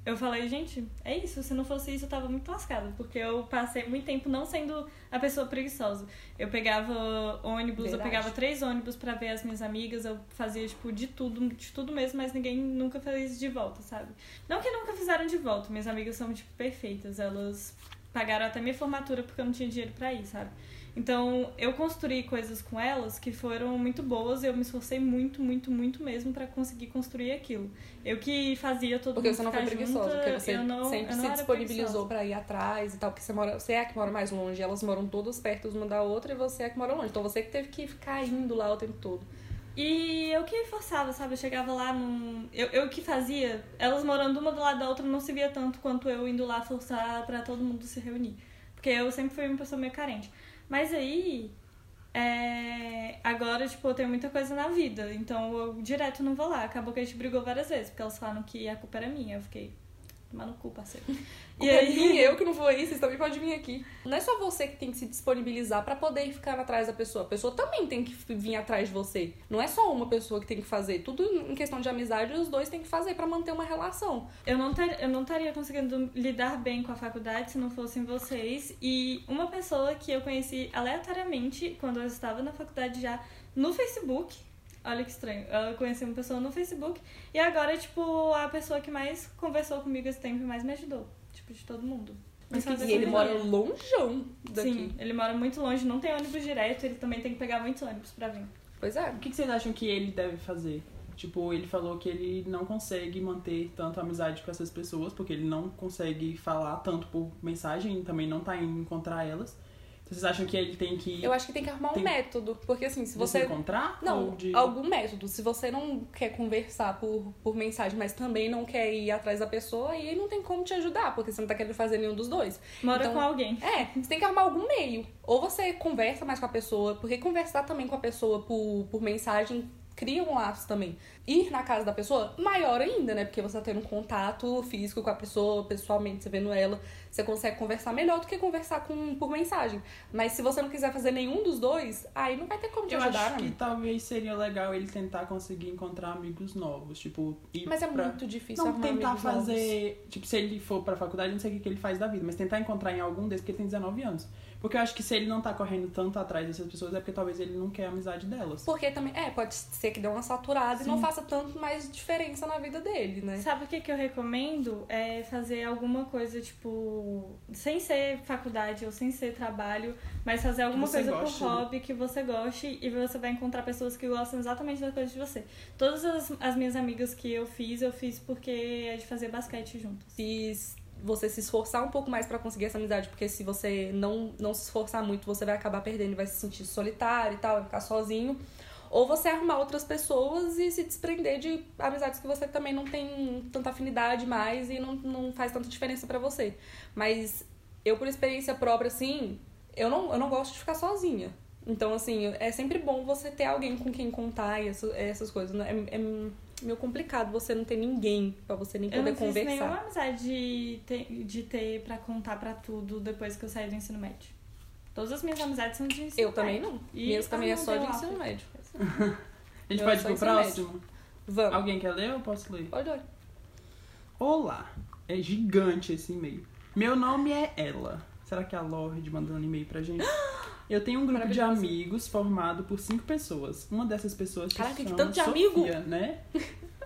C: eu falei, gente, é isso. Se não fosse isso, eu tava muito lascada. Porque eu passei muito tempo não sendo a pessoa preguiçosa. Eu pegava ônibus, eu
A: Verdade.
C: pegava três ônibus pra ver as minhas amigas, eu fazia, tipo, de tudo, de tudo mesmo, mas ninguém nunca fez de volta, sabe? Não que nunca fizeram de volta, minhas amigas são, tipo, perfeitas. Elas pagaram até minha formatura porque eu não tinha dinheiro pra ir, sabe? Então, eu construí coisas com elas que foram muito boas e eu me esforcei muito, muito, muito mesmo pra conseguir construir aquilo. Eu que fazia todo
A: Porque
C: mundo
A: você não foi
C: ficar
A: preguiçosa,
C: junta,
A: porque você
C: eu não,
A: sempre
C: eu não
A: se
C: era
A: disponibilizou
C: preguiçosa.
A: pra ir atrás e tal, porque você mora, você é a que mora mais longe, elas moram todas perto uma da outra e você é a que mora longe. Então você que teve que ficar indo lá o tempo todo.
C: E eu que forçava, sabe? Eu chegava lá num. Eu, eu que fazia. Elas morando uma do lado da outra não se via tanto quanto eu indo lá forçar pra todo mundo se reunir. Porque eu sempre fui uma pessoa meio carente. Mas aí. é, Agora, tipo, eu tenho muita coisa na vida. Então eu direto não vou lá. Acabou que a gente brigou várias vezes, porque elas falaram que a culpa era minha. Eu fiquei. Tomar no cu, parceiro.
A: E aí, mim, é eu que não vou aí, vocês também podem vir aqui. Não é só você que tem que se disponibilizar pra poder ir ficar atrás da pessoa. A pessoa também tem que vir atrás de você. Não é só uma pessoa que tem que fazer. Tudo em questão de amizade, os dois têm que fazer pra manter uma relação.
C: Eu não, ter- eu não estaria conseguindo lidar bem com a faculdade se não fossem vocês. E uma pessoa que eu conheci aleatoriamente quando eu estava na faculdade já no Facebook. Olha que estranho. Eu conheci uma pessoa no Facebook e agora, é, tipo, a pessoa que mais conversou comigo esse tempo e mais me ajudou. Tipo, de todo mundo. é Mas só
A: e
C: dessa
A: ele mora
C: menina.
A: longeão daqui.
C: Sim, ele mora muito longe, não tem ônibus direto, ele também tem que pegar muitos ônibus pra vir.
A: Pois é.
B: O que que vocês acham que ele deve fazer? Tipo, ele falou que ele não consegue manter tanto amizade com essas pessoas, porque ele não consegue falar tanto por mensagem, também não tá indo encontrar elas. Vocês acham que ele tem que
A: Eu acho que tem que arrumar
B: Tem-
A: um método. Porque assim, se você.
B: encontrar?
A: Não,
B: Ou de...
A: algum método. Se você não quer conversar por, por mensagem, mas também não quer ir atrás da pessoa, aí não tem como te ajudar, porque você não tá querendo fazer nenhum dos dois.
C: Mora
A: Então-
C: com alguém.
A: É, você tem que arrumar algum meio. Ou você conversa mais com a pessoa, porque conversar também com a pessoa por, por mensagem cria um laço também. Ir na casa da pessoa, maior ainda, né? Porque você tá tendo um contato físico com a pessoa, pessoalmente, você vendo ela, você consegue conversar melhor do que conversar com, por mensagem. Mas se você não quiser fazer nenhum dos dois, aí não vai ter como te
B: Eu
A: ajudar,
B: acho que
A: né?
B: talvez seria legal ele tentar conseguir encontrar amigos novos, tipo, ir
A: Mas é
B: pra...
A: muito difícil
B: Não
A: arrumar
B: tentar
A: amigos novos.
B: fazer. Tipo, se ele for pra faculdade, eu não sei o que, que ele faz da vida, mas tentar encontrar em algum desses, porque ele tem 19 anos. Porque eu acho que se ele não tá correndo tanto atrás dessas pessoas, é porque talvez ele não quer a amizade delas.
A: Porque também, é, pode ser que dê uma saturada e não faça tanto mais diferença na vida dele, né?
C: Sabe o que, que eu recomendo? É fazer alguma coisa, tipo, sem ser faculdade ou sem ser trabalho, mas fazer alguma
B: você
C: coisa
B: goste,
C: por
B: né?
C: hobby que você goste e você vai encontrar pessoas que gostam exatamente da coisa de você. Todas as, as minhas amigas que eu fiz, eu fiz porque é de fazer basquete juntas.
A: se s- você se esforçar um pouco mais pra conseguir essa amizade, porque se você não, não se esforçar muito, você vai acabar perdendo, vai se sentir solitário e tal, vai ficar sozinho. Ou você arrumar outras pessoas e se desprender de amizades que você também não tem tanta afinidade mais e não, não faz tanta diferença pra você. Mas eu, por experiência própria, assim, eu não, eu não gosto de ficar sozinha. Então, assim, é sempre bom você ter alguém com quem contar e essa- essas coisas. né? É, é meio complicado você não ter ninguém pra você nem
C: Eu
A: poder
C: não fiz
A: conversar.
C: nenhuma amizade de ter, de ter pra contar pra tudo depois que eu saí do ensino médio. Todas as minhas amizades são de ensino
A: Eu também não.
C: E-
A: Minhas também é
C: Ah, não,
A: só de
C: deu aula.
A: ensino médio.
B: A gente
A: Eu
B: pode ir
A: sou
B: pro
A: ensino médio.
B: próximo?
A: Vamos.
B: Alguém quer ler ou posso ler?
A: Pode olhar.
B: Olá! É gigante esse e-mail. Meu nome é Ela. Será que a Lorde mandou um e-mail
A: (gasps)
B: pra gente? Eu tenho um grupo de
A: Maravilhoso.
B: amigos formado por cinco pessoas. Uma dessas pessoas se
A: Caraca, que
B: chama
A: tanto de
B: Sofia,
A: amigo! (laughs)
B: né?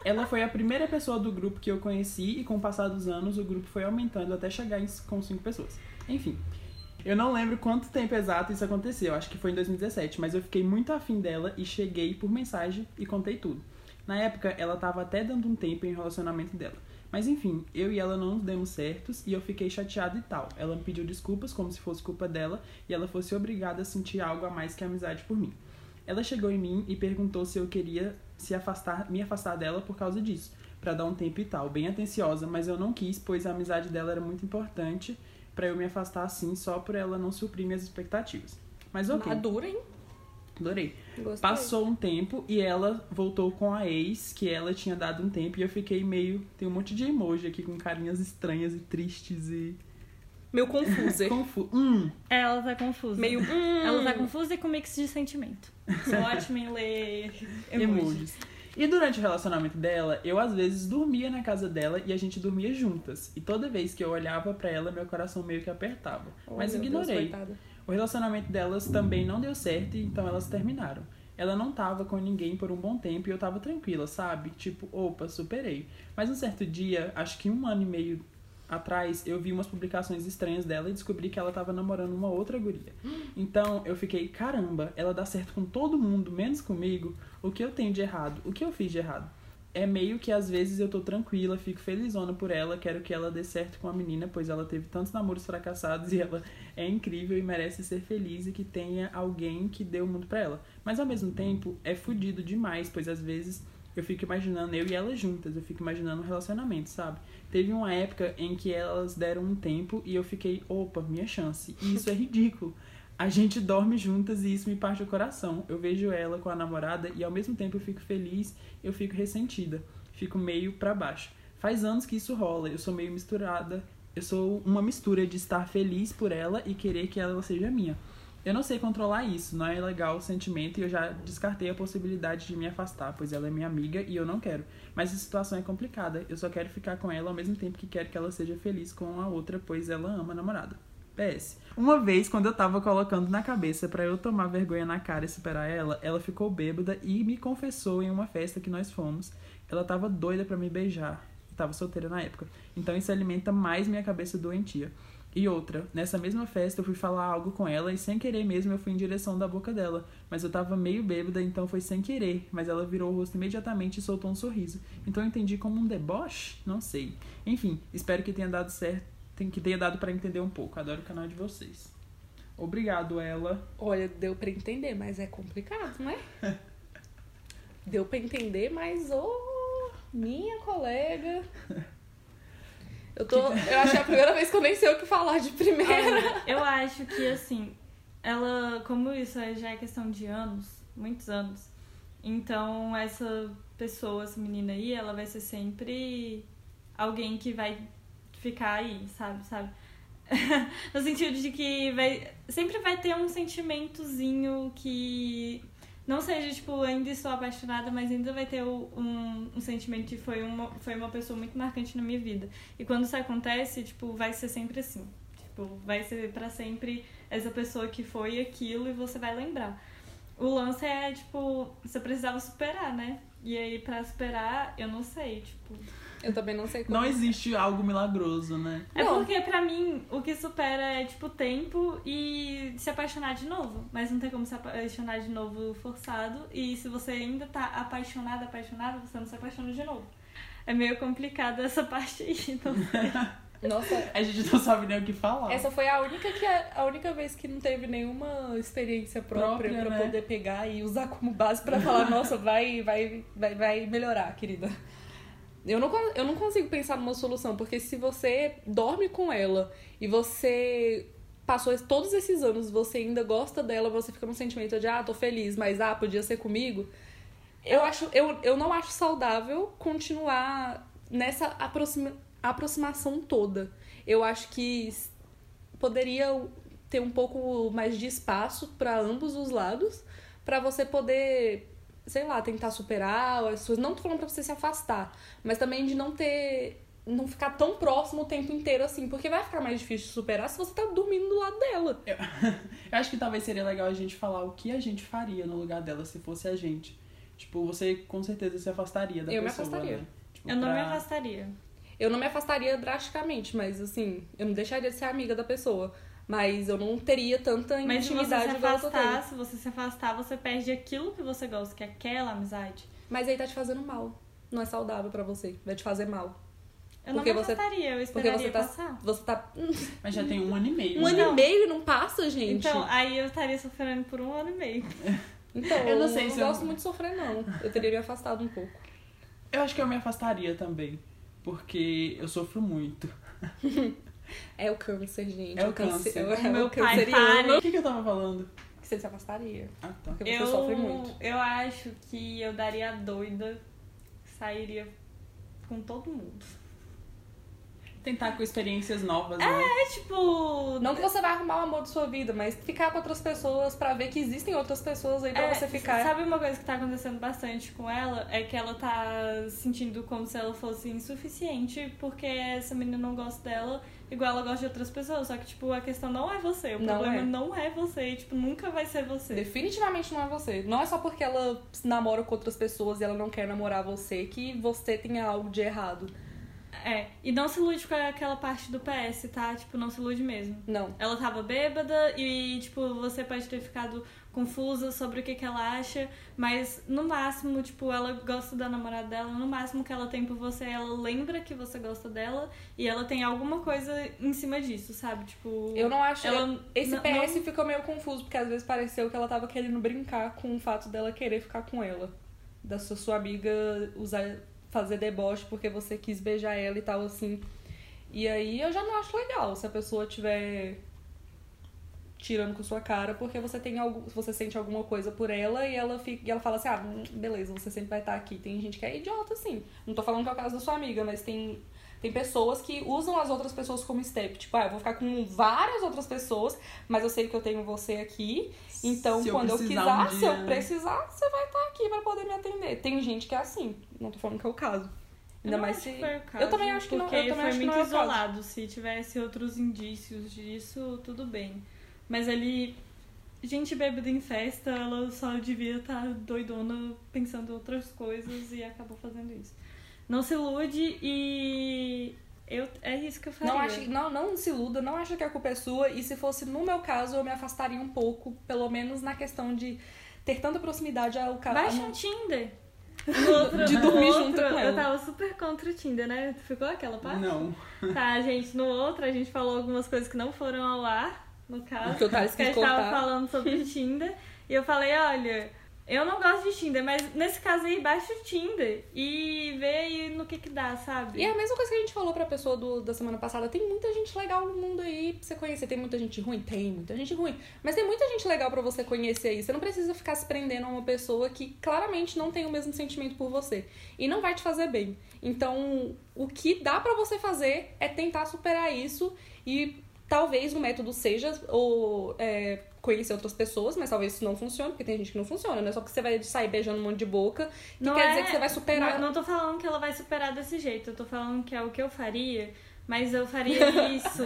B: Ela foi a primeira pessoa do grupo que eu conheci e com o passar dos anos o grupo foi aumentando até chegar em- com cinco pessoas. Enfim, eu não lembro quanto tempo exato isso aconteceu, acho que foi em 2017, mas eu fiquei muito afim dela e cheguei por mensagem e contei tudo. Na época, ela tava até dando um tempo em relacionamento dela. Mas enfim, eu e ela não nos demos certos e eu fiquei chateada e tal. Ela me pediu desculpas como se fosse culpa dela e ela fosse obrigada a sentir algo a mais que amizade por mim. Ela chegou em mim e perguntou se eu queria se afastar, me afastar dela por causa disso, pra dar um tempo e tal, bem atenciosa, mas eu não quis, pois a amizade dela era muito importante pra eu me afastar assim só por ela não suprir minhas expectativas. Mas OK,
A: Madura, hein?
B: adorei.
A: Gostei.
B: Passou um tempo e ela voltou com a ex, que ela tinha dado um tempo, e eu fiquei meio. Tem um monte de emoji aqui com carinhas estranhas e tristes e.
A: Meu confuso.
B: (laughs) Confu... Hum,
C: É, ela tá confusa.
A: meio. Hum,
C: Ela tá confusa e com mix de sentimento. Sou ótima em ler emojis.
B: emojis. E durante o relacionamento dela, eu às vezes dormia na casa dela e a gente dormia juntas. E toda vez que eu olhava pra ela, meu coração meio que apertava.
A: Oh,
B: Mas
A: meu Deus,
B: ignorei.
A: coitada.
B: O relacionamento delas também não deu certo, e então elas terminaram. Ela não tava com ninguém por um bom tempo e eu tava tranquila, sabe? Tipo, opa, superei. Mas um certo dia, acho que um ano e meio atrás, eu vi umas publicações estranhas dela e descobri que ela tava namorando uma outra guria. Então eu fiquei, caramba, ela dá certo com todo mundo, menos comigo. O que eu tenho de errado? O que eu fiz de errado? É meio que às vezes eu tô tranquila, fico felizona por ela, quero que ela dê certo com a menina, pois ela teve tantos namoros fracassados e ela é incrível e merece ser feliz e que tenha alguém que dê o mundo pra ela. Mas ao mesmo tempo, é fudido demais, pois às vezes eu fico imaginando eu e ela juntas, eu fico imaginando um relacionamento, sabe? Teve uma época em que elas deram um tempo e eu fiquei, opa, minha chance. E isso é ridículo. A gente dorme juntas e isso me parte o coração. Eu vejo ela com a namorada e ao mesmo tempo eu fico feliz, eu fico ressentida, fico meio pra baixo. Faz anos que isso rola, eu sou meio misturada. Eu sou uma mistura de estar feliz por ela e querer que ela seja minha. Eu não sei controlar isso, não é legal o sentimento e eu já descartei a possibilidade de me afastar, pois ela é minha amiga e eu não quero. Mas a situação é complicada, eu só quero ficar com ela ao mesmo tempo que quero que ela seja feliz com a outra, pois ela ama a namorada. PS. Uma vez, quando eu tava colocando na cabeça pra eu tomar vergonha na cara e superar ela, ela ficou bêbada e me confessou em uma festa que nós fomos. Ela tava doida pra me beijar. Eu tava solteira na época. Então isso alimenta mais minha cabeça doentia. E outra, nessa mesma festa eu fui falar algo com ela e sem querer mesmo eu fui em direção da boca dela. Mas eu tava meio bêbada, então foi sem querer. Mas ela virou o rosto imediatamente e soltou um sorriso. Então eu entendi como um deboche? Não sei. Enfim, espero que tenha dado certo tem que ter dado pra entender um pouco. Adoro o canal de vocês. Obrigado, ela.
A: Olha, deu pra entender, mas é complicado,
B: (laughs)
A: né? deu pra entender, mas ô, minha colega. Eu tô, eu acho que é a primeira vez que eu nem sei o que falar de primeira.
C: Olha, eu acho que assim, ela, como isso já é questão de anos, muitos anos, então essa pessoa, essa menina aí, ela vai ser sempre alguém que vai ficar aí, sabe, sabe? (laughs) no sentido de que vai, sempre vai ter um sentimentozinho que não seja tipo ainda estou apaixonada, mas ainda vai ter o- um, um sentimento de foi uma, foi uma pessoa muito marcante na minha vida. E quando isso acontece, tipo, vai ser sempre assim. Tipo, vai ser pra sempre essa pessoa que foi aquilo e você vai lembrar. O lance é, tipo, você precisava superar, né? E aí, pra superar, eu não sei, tipo.
B: Ah,
A: Eu também não sei como.
B: Não existe algo milagroso, né?
C: É
A: Não.
C: porque, pra mim, o que supera é, tipo, tempo e se apaixonar de novo. Mas não tem como se apaixonar de novo forçado. E se você ainda tá apaixonado, apaixonado, você não se apaixona de novo. É meio complicado essa (laughs) parte aí. Então...
A: Nossa,
B: A gente não sabe nem o que falar.
A: essa foi a única que é, a, a única vez que não teve nenhuma experiência própria,
B: Própria,
A: pra
B: né?
A: poder pegar e usar como base pra falar, nossa, vai, vai, vai, vai melhorar, querida. Eu não, con- eu não consigo pensar numa solução, porque se você dorme com ela e você passou es- todos esses anos, você ainda gosta dela, você fica num sentimento de, ah, tô feliz, mas ah, podia ser comigo. Eu, acho, eu, eu não acho saudável continuar nessa aproxima, aproximação toda. Eu acho que s- poderia ter um pouco mais de espaço pra ambos os lados, pra você poder, sei lá, tentar superar as suas. Não tô falando pra você se afastar, mas também de não ter. Não ficar tão próximo o tempo inteiro assim, porque vai ficar mais difícil de superar se você tá dormindo do lado dela.
B: Eu acho que talvez seria legal a gente falar o que a gente faria no lugar dela se fosse a gente. Tipo, você com certeza se afastaria da
A: Eu me
B: pessoa.
A: afastaria.
B: Né? Tipo,
C: Eu não
B: pra-
C: me afastaria.
A: Eu não me afastaria drasticamente, mas assim, eu não deixaria de ser amiga da pessoa. Mas eu não teria tanta
C: Mas se você se
A: intimidade igual eu tô
C: afastar,
A: tendo.
C: se você se afastar, você perde aquilo que você gosta, que é aquela amizade.
A: Mas aí tá te fazendo mal. Não é saudável pra você. Vai te fazer mal.
C: Eu não
A: Porque
C: me
A: você-
C: afastaria, eu
A: Porque
C: esperaria
A: você tá.
C: passar.
A: Você tá.
B: Mas já tem um ano e meio.
A: Um
B: né?
A: ano e meio e não passa, gente.
C: Então, aí eu estaria sofrendo por um ano e meio.
A: Então,
B: Eu não sei se eu-
A: gosto muito de sofrer, não. Eu teria me afastado um pouco.
B: Eu acho que eu me afastaria também. Porque eu sofro muito.
A: É o câncer, gente.
B: É o câncer.
A: É o, é
C: Meu
A: o
C: pai
A: canceriano.
C: pare.
B: O que, que eu tava falando?
A: Que você se afastaria.
B: Ah, tá.
A: Porque você sofre muito.
C: Eu acho que eu daria a doida, sairia com todo mundo.
B: Tentar com experiências novas, né?
C: É tipo.
A: Não que você vai arrumar o amor de sua vida, mas ficar com outras pessoas pra ver que existem outras pessoas aí pra
C: é,
A: você ficar.
C: Sabe uma coisa que tá acontecendo bastante com ela? É que ela tá sentindo como se ela fosse insuficiente porque essa menina não gosta dela igual ela gosta de outras pessoas. Só que, tipo, a questão não é você. O
A: Não
C: problema
A: é.
C: não é você. E, tipo, nunca vai ser você.
A: Definitivamente não é você. Não é só porque ela se namora com outras pessoas e ela não quer namorar você que você tem algo de errado.
C: É. E não se ilude com aquela parte do PS, tá? Tipo, não se ilude mesmo.
A: Não.
C: Ela tava bêbada e, tipo, você pode ter ficado confusa sobre o que, que ela acha, mas no máximo, tipo, ela gosta da namorada dela, no máximo que ela tem por você, ela lembra que você gosta dela e ela tem alguma coisa em cima disso, sabe? Tipo.
A: Eu não acho.
C: Ela-
A: Esse
C: não-
A: PS ficou meio confuso, porque às vezes pareceu que ela tava querendo brincar com o fato dela querer ficar com ela. Da sua, sua amiga usar, fazer deboche porque você quis beijar ela e tal, assim. E aí eu já não acho legal se a pessoa tiver tirando com sua cara porque você tem algo, você sente alguma coisa por ela e ela fica e ela fala assim: "Ah, hum, beleza, você sempre vai estar aqui". Tem gente que é idiota assim. Não tô falando que é o caso da sua amiga, mas tem tem pessoas que usam as outras pessoas como step. Tipo, ah, eu vou ficar com várias outras pessoas, mas eu sei que eu tenho você aqui. Então,
B: Se eu
A: quando eu quiser,
B: precisar um
A: se
B: dia,
A: eu
B: né?
A: precisar, você vai estar aqui pra poder me atender. Tem gente que é assim. Não tô falando que é o caso.
C: eu
A: Ainda
C: não
A: mais
C: acho
A: se.
C: que foi o caso,
A: eu também acho que não, eu
C: porque
A: também
C: foi
A: acho que
C: muito
A: não é o caso.
C: isolado. Se tivesse outros indícios disso, tudo bem. Mas ali. Gente bêbada em festa, ela só devia estar doidona pensando outras coisas e acabou fazendo isso. Não se ilude e. Eu, é isso que eu faria.
A: Não, acho, não, não se iluda, não acha que a culpa é sua. E se fosse no meu caso, eu me afastaria um pouco, pelo menos na questão de ter tanta proximidade ao cara.
C: Baixa um
A: (laughs)
C: Tinder. No outro-
A: De
C: no
A: dormir
C: outro,
A: junto com
C: Eu
A: ela.
C: tava super contra o Tinder, né? Ficou aquela parte?
B: Não.
C: Tá, gente, no outro a gente falou algumas coisas que não foram ao ar. no caso.
A: Porque o Thales
C: que a
A: quis
C: gente tava
A: contar.
C: falando sobre Tinder. E eu falei, olha, eu não gosto de Tinder, mas nesse caso aí, baixa o Tinder e vê aí no que que dá, sabe?
A: E é a mesma coisa que a gente falou pra pessoa do- da semana passada. Tem muita gente legal no mundo aí pra você conhecer. Tem muita gente ruim? Tem muita gente ruim. Mas tem muita gente legal pra você conhecer aí. Você não precisa ficar se prendendo a uma pessoa que claramente não tem o mesmo sentimento por você. E não vai te fazer bem. Então, o que dá pra você fazer é tentar superar isso. E talvez o método seja ou, é, conhecer outras pessoas, mas talvez isso não funcione, porque tem gente que não funciona, né? Só que você vai sair beijando um monte de boca. Que
C: Não
A: quer
C: é-
A: dizer que você vai superar.
C: Não, não tô falando que ela vai superar desse jeito, eu tô falando que é o que eu faria, mas eu faria
A: (laughs)
C: isso.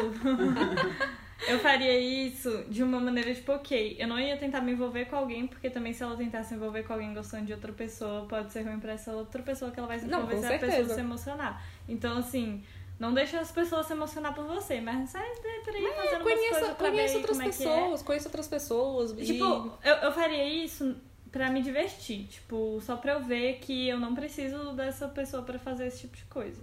C: eu faria isso de uma maneira tipo, ok, eu não ia tentar me envolver com alguém, porque também se ela tentar se envolver com alguém gostando de outra pessoa, pode ser ruim pra essa outra pessoa que ela vai se
A: Não,
C: envolver
A: com
C: se a pessoa
A: certeza.
C: se emocionar. Então, assim. Não deixa as pessoas se emocionar por você, mas sai daí por aí fazendo umas
A: É, Conheça,
C: coisas pra ver
A: conheça
C: aí
A: outras
C: como é que é.
A: pessoas, conheça outras pessoas. e-
C: Tipo, eu, eu faria isso pra me divertir, tipo, só pra eu ver que eu não preciso dessa pessoa pra fazer esse tipo de coisa.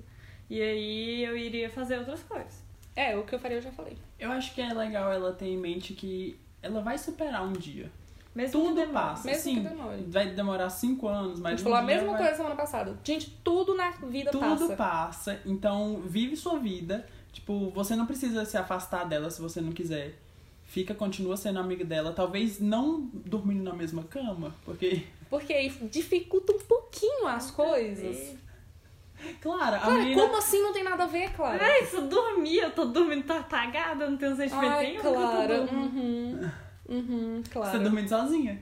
C: E aí eu iria fazer outras coisas.
A: é, o que eu faria eu já falei.
B: Eu acho que é legal ela ter em mente que ela vai superar um dia.
C: Mesmo que
B: Tudo
C: demore.
B: passa.
A: Mesmo que
B: assim,
A: demore.
B: Vai demorar cinco anos,
A: A
B: mas.
A: gente
B: um
A: falou a
B: dia
A: Tipo, mesma
B: vai-
A: coisa semana passada. Gente, tudo na vida
B: Tudo
A: passa.
B: passa. Então, vive sua vida. Tipo, você não precisa se afastar dela se você não quiser. Fica, continua sendo amiga dela. Talvez não dormindo na mesma cama, porque. (laughs)
A: Porque aí dificulta um pouquinho as coisas.
B: Clara, a
A: Cara,
B: menina.
A: como assim não tem nada a ver, Clara?
C: É isso, dormir, eu tô dormindo, tô apagada, eu não tenho
B: um
C: sentimento
A: Ai,
C: nenhum. que eu tô
A: Clara.
C: dormindo.
A: Uhum. Uhum,
B: Você tá
A: claro.
B: dormindo sozinha.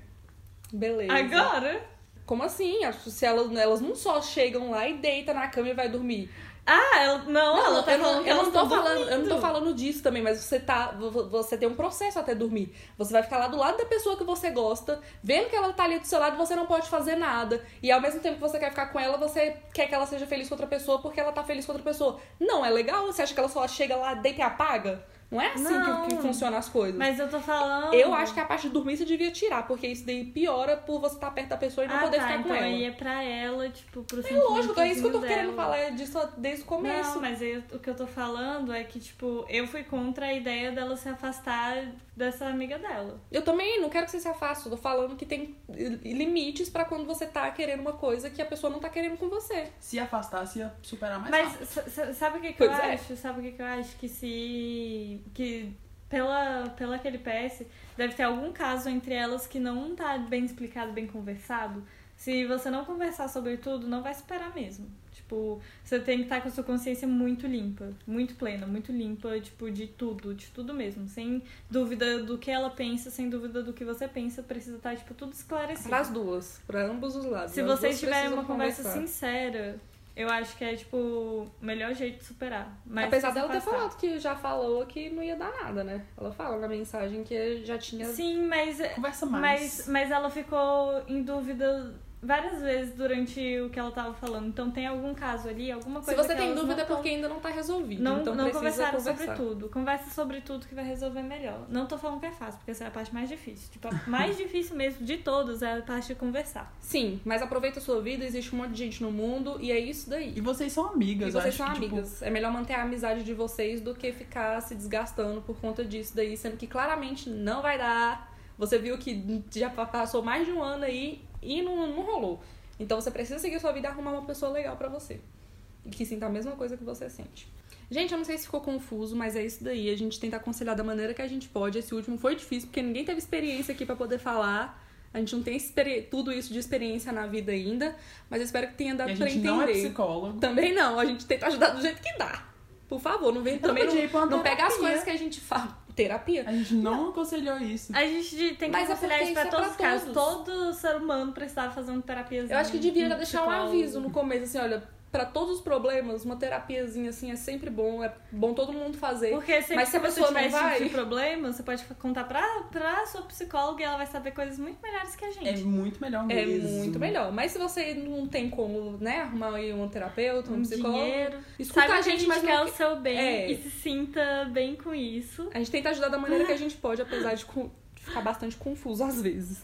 A: Beleza.
C: Agora?
A: Como assim? As- Se elas, elas não só chegam lá e deitam na cama e vai dormir.
C: Ah, ela, não, ela tá
A: eu, não,
C: falando que
A: eu, não
C: elas
A: tô
C: tão
A: falando, eu não tô
C: dormindo.
A: falando disso também, mas você tá. vo- Você tem um processo até dormir. Você vai ficar lá do lado da pessoa que você gosta, vendo que ela tá ali do seu lado e você não pode fazer nada. E ao mesmo tempo que você quer ficar com ela, você quer que ela seja feliz com outra pessoa porque ela tá feliz com outra pessoa. Não é legal? Você acha que ela só chega lá, deita e apaga? Não é assim
C: Não.
A: que, que funcionam as coisas.
C: Mas eu tô falando.
A: Eu acho que a parte de dormir você devia tirar, porque isso daí piora por você estar perto da pessoa e não
C: ah,
A: poder
C: tá,
A: ficar
C: então
A: com ela.
C: aí é pra ela, tipo, pro
A: É lógico, é isso que eu tô
C: sentimentozinho
A: querendo
C: dela.
A: falar é disso desde o começo.
C: Não, mas aí o que eu tô falando é que, tipo, eu fui contra a ideia dela se afastar dessa amiga dela.
A: Eu também não quero que você se afaste, eu tô falando que tem eh, limites pra quando você tá querendo uma coisa que a pessoa não tá querendo com você.
B: Se afastasse, ia superar mais
C: Mas
B: rápido.
C: sa- sa- sabe o que, que eu
A: Pois é.
C: acho? Sabe o que, que eu acho? Que se. que pela, pela aquele PS, deve ter algum caso entre elas que não tá bem explicado, bem conversado. Se você não conversar sobre tudo, não vai superar mesmo. Tipo, você tem que estar com a sua consciência muito limpa, muito plena, muito limpa, tipo, de tudo, de tudo mesmo. Sem dúvida do que ela pensa, sem dúvida do que você pensa, precisa estar, tipo, tudo esclarecido.
A: Para as duas, pra ambos os lados.
C: Se
A: As
C: vocês
A: duas
C: tiverem
A: precisam
C: uma conversa
A: conversar.
C: sincera, eu acho que é, tipo, o melhor jeito de superar. Mas
A: Apesar
C: se
A: dela ter
C: afastar.
A: falado que já falou que não ia dar nada, né? Ela fala na mensagem que já tinha.
C: Sim, mas,
B: Conversa mais.
C: mas, mas ela ficou em dúvida várias vezes durante o que ela tava falando. Então tem algum caso ali, alguma
A: Se
C: coisa
A: você
C: que
A: tem
C: elas
A: dúvida é
C: não tão-
A: porque ainda não tá resolvido.
C: Não,
A: então
C: não
A: precisa
C: conversaram
A: conversar.
C: sobre tudo. Conversa sobre tudo que vai resolver melhor. Não tô falando que é fácil, porque essa é a parte mais difícil. Tipo, a mais (laughs) difícil mesmo de todas é a parte de conversar.
A: Sim, mas aproveita a sua vida, existe um monte de gente no mundo e é isso daí.
B: E vocês são amigas,
A: E vocês
B: acho
A: são
B: que, tipo,
A: amigas. É melhor manter a amizade de vocês do que ficar se desgastando por conta disso daí, sendo que claramente não vai dar. Você viu que já pa- passou mais de um ano aí e não, não rolou. Então você precisa seguir sua vida e arrumar uma pessoa legal pra você. E que sinta a mesma coisa que você sente. Gente, eu não sei se ficou confuso, mas é isso daí. A gente tenta aconselhar da maneira que a gente pode. Esse último foi difícil, porque ninguém teve experiência aqui pra poder falar. A gente não tem experi- tudo isso de experiência na vida ainda, mas eu espero que tenha
B: e
A: dado
B: a
A: pra
B: gente
A: entender.
B: não é psicólogo.
A: Também não, a gente tenta ajudar do jeito que dá. Por favor, não vem também
B: podia ir pra
A: não,
B: uma
A: não pega as
B: terapia.
A: coisas que a gente fala. Terapia.
B: A gente não aconselhou isso.
C: A gente tem que
A: Mas é
C: aconselhar
A: porque
C: isso pra
A: isso é
C: todos os
A: pra
C: casos.
A: todos.
C: Todo ser humano precisava fazer uma terapia.
A: Eu acho que devia deixar um
C: psicólogo.
A: aviso no começo, assim, olha, pra todos os problemas, uma terapiazinha assim é sempre bom, é bom todo mundo fazer.
C: Porque sempre
A: Mas se
C: se
A: a
C: você
A: pessoa não
C: tiver esse
A: vai-
C: tipo de problema, você pode contar pra, pra sua psicóloga e ela vai saber coisas muito melhores que a
B: É
C: gente.
B: muito melhor
A: É
B: mesmo.
A: muito melhor. Mas se você não tem como, né, arrumar aí um terapeuta, um,
C: um
A: psicólogo,
C: dinheiro.
A: escuta
C: Sabe
A: a
C: que
A: gente, mas
C: quer
A: não...
C: o seu bem
A: É.
C: e se sinta bem com isso.
A: Ah. a gente tenta ajudar da maneira que a gente pode, apesar de co- ficar bastante confuso às vezes.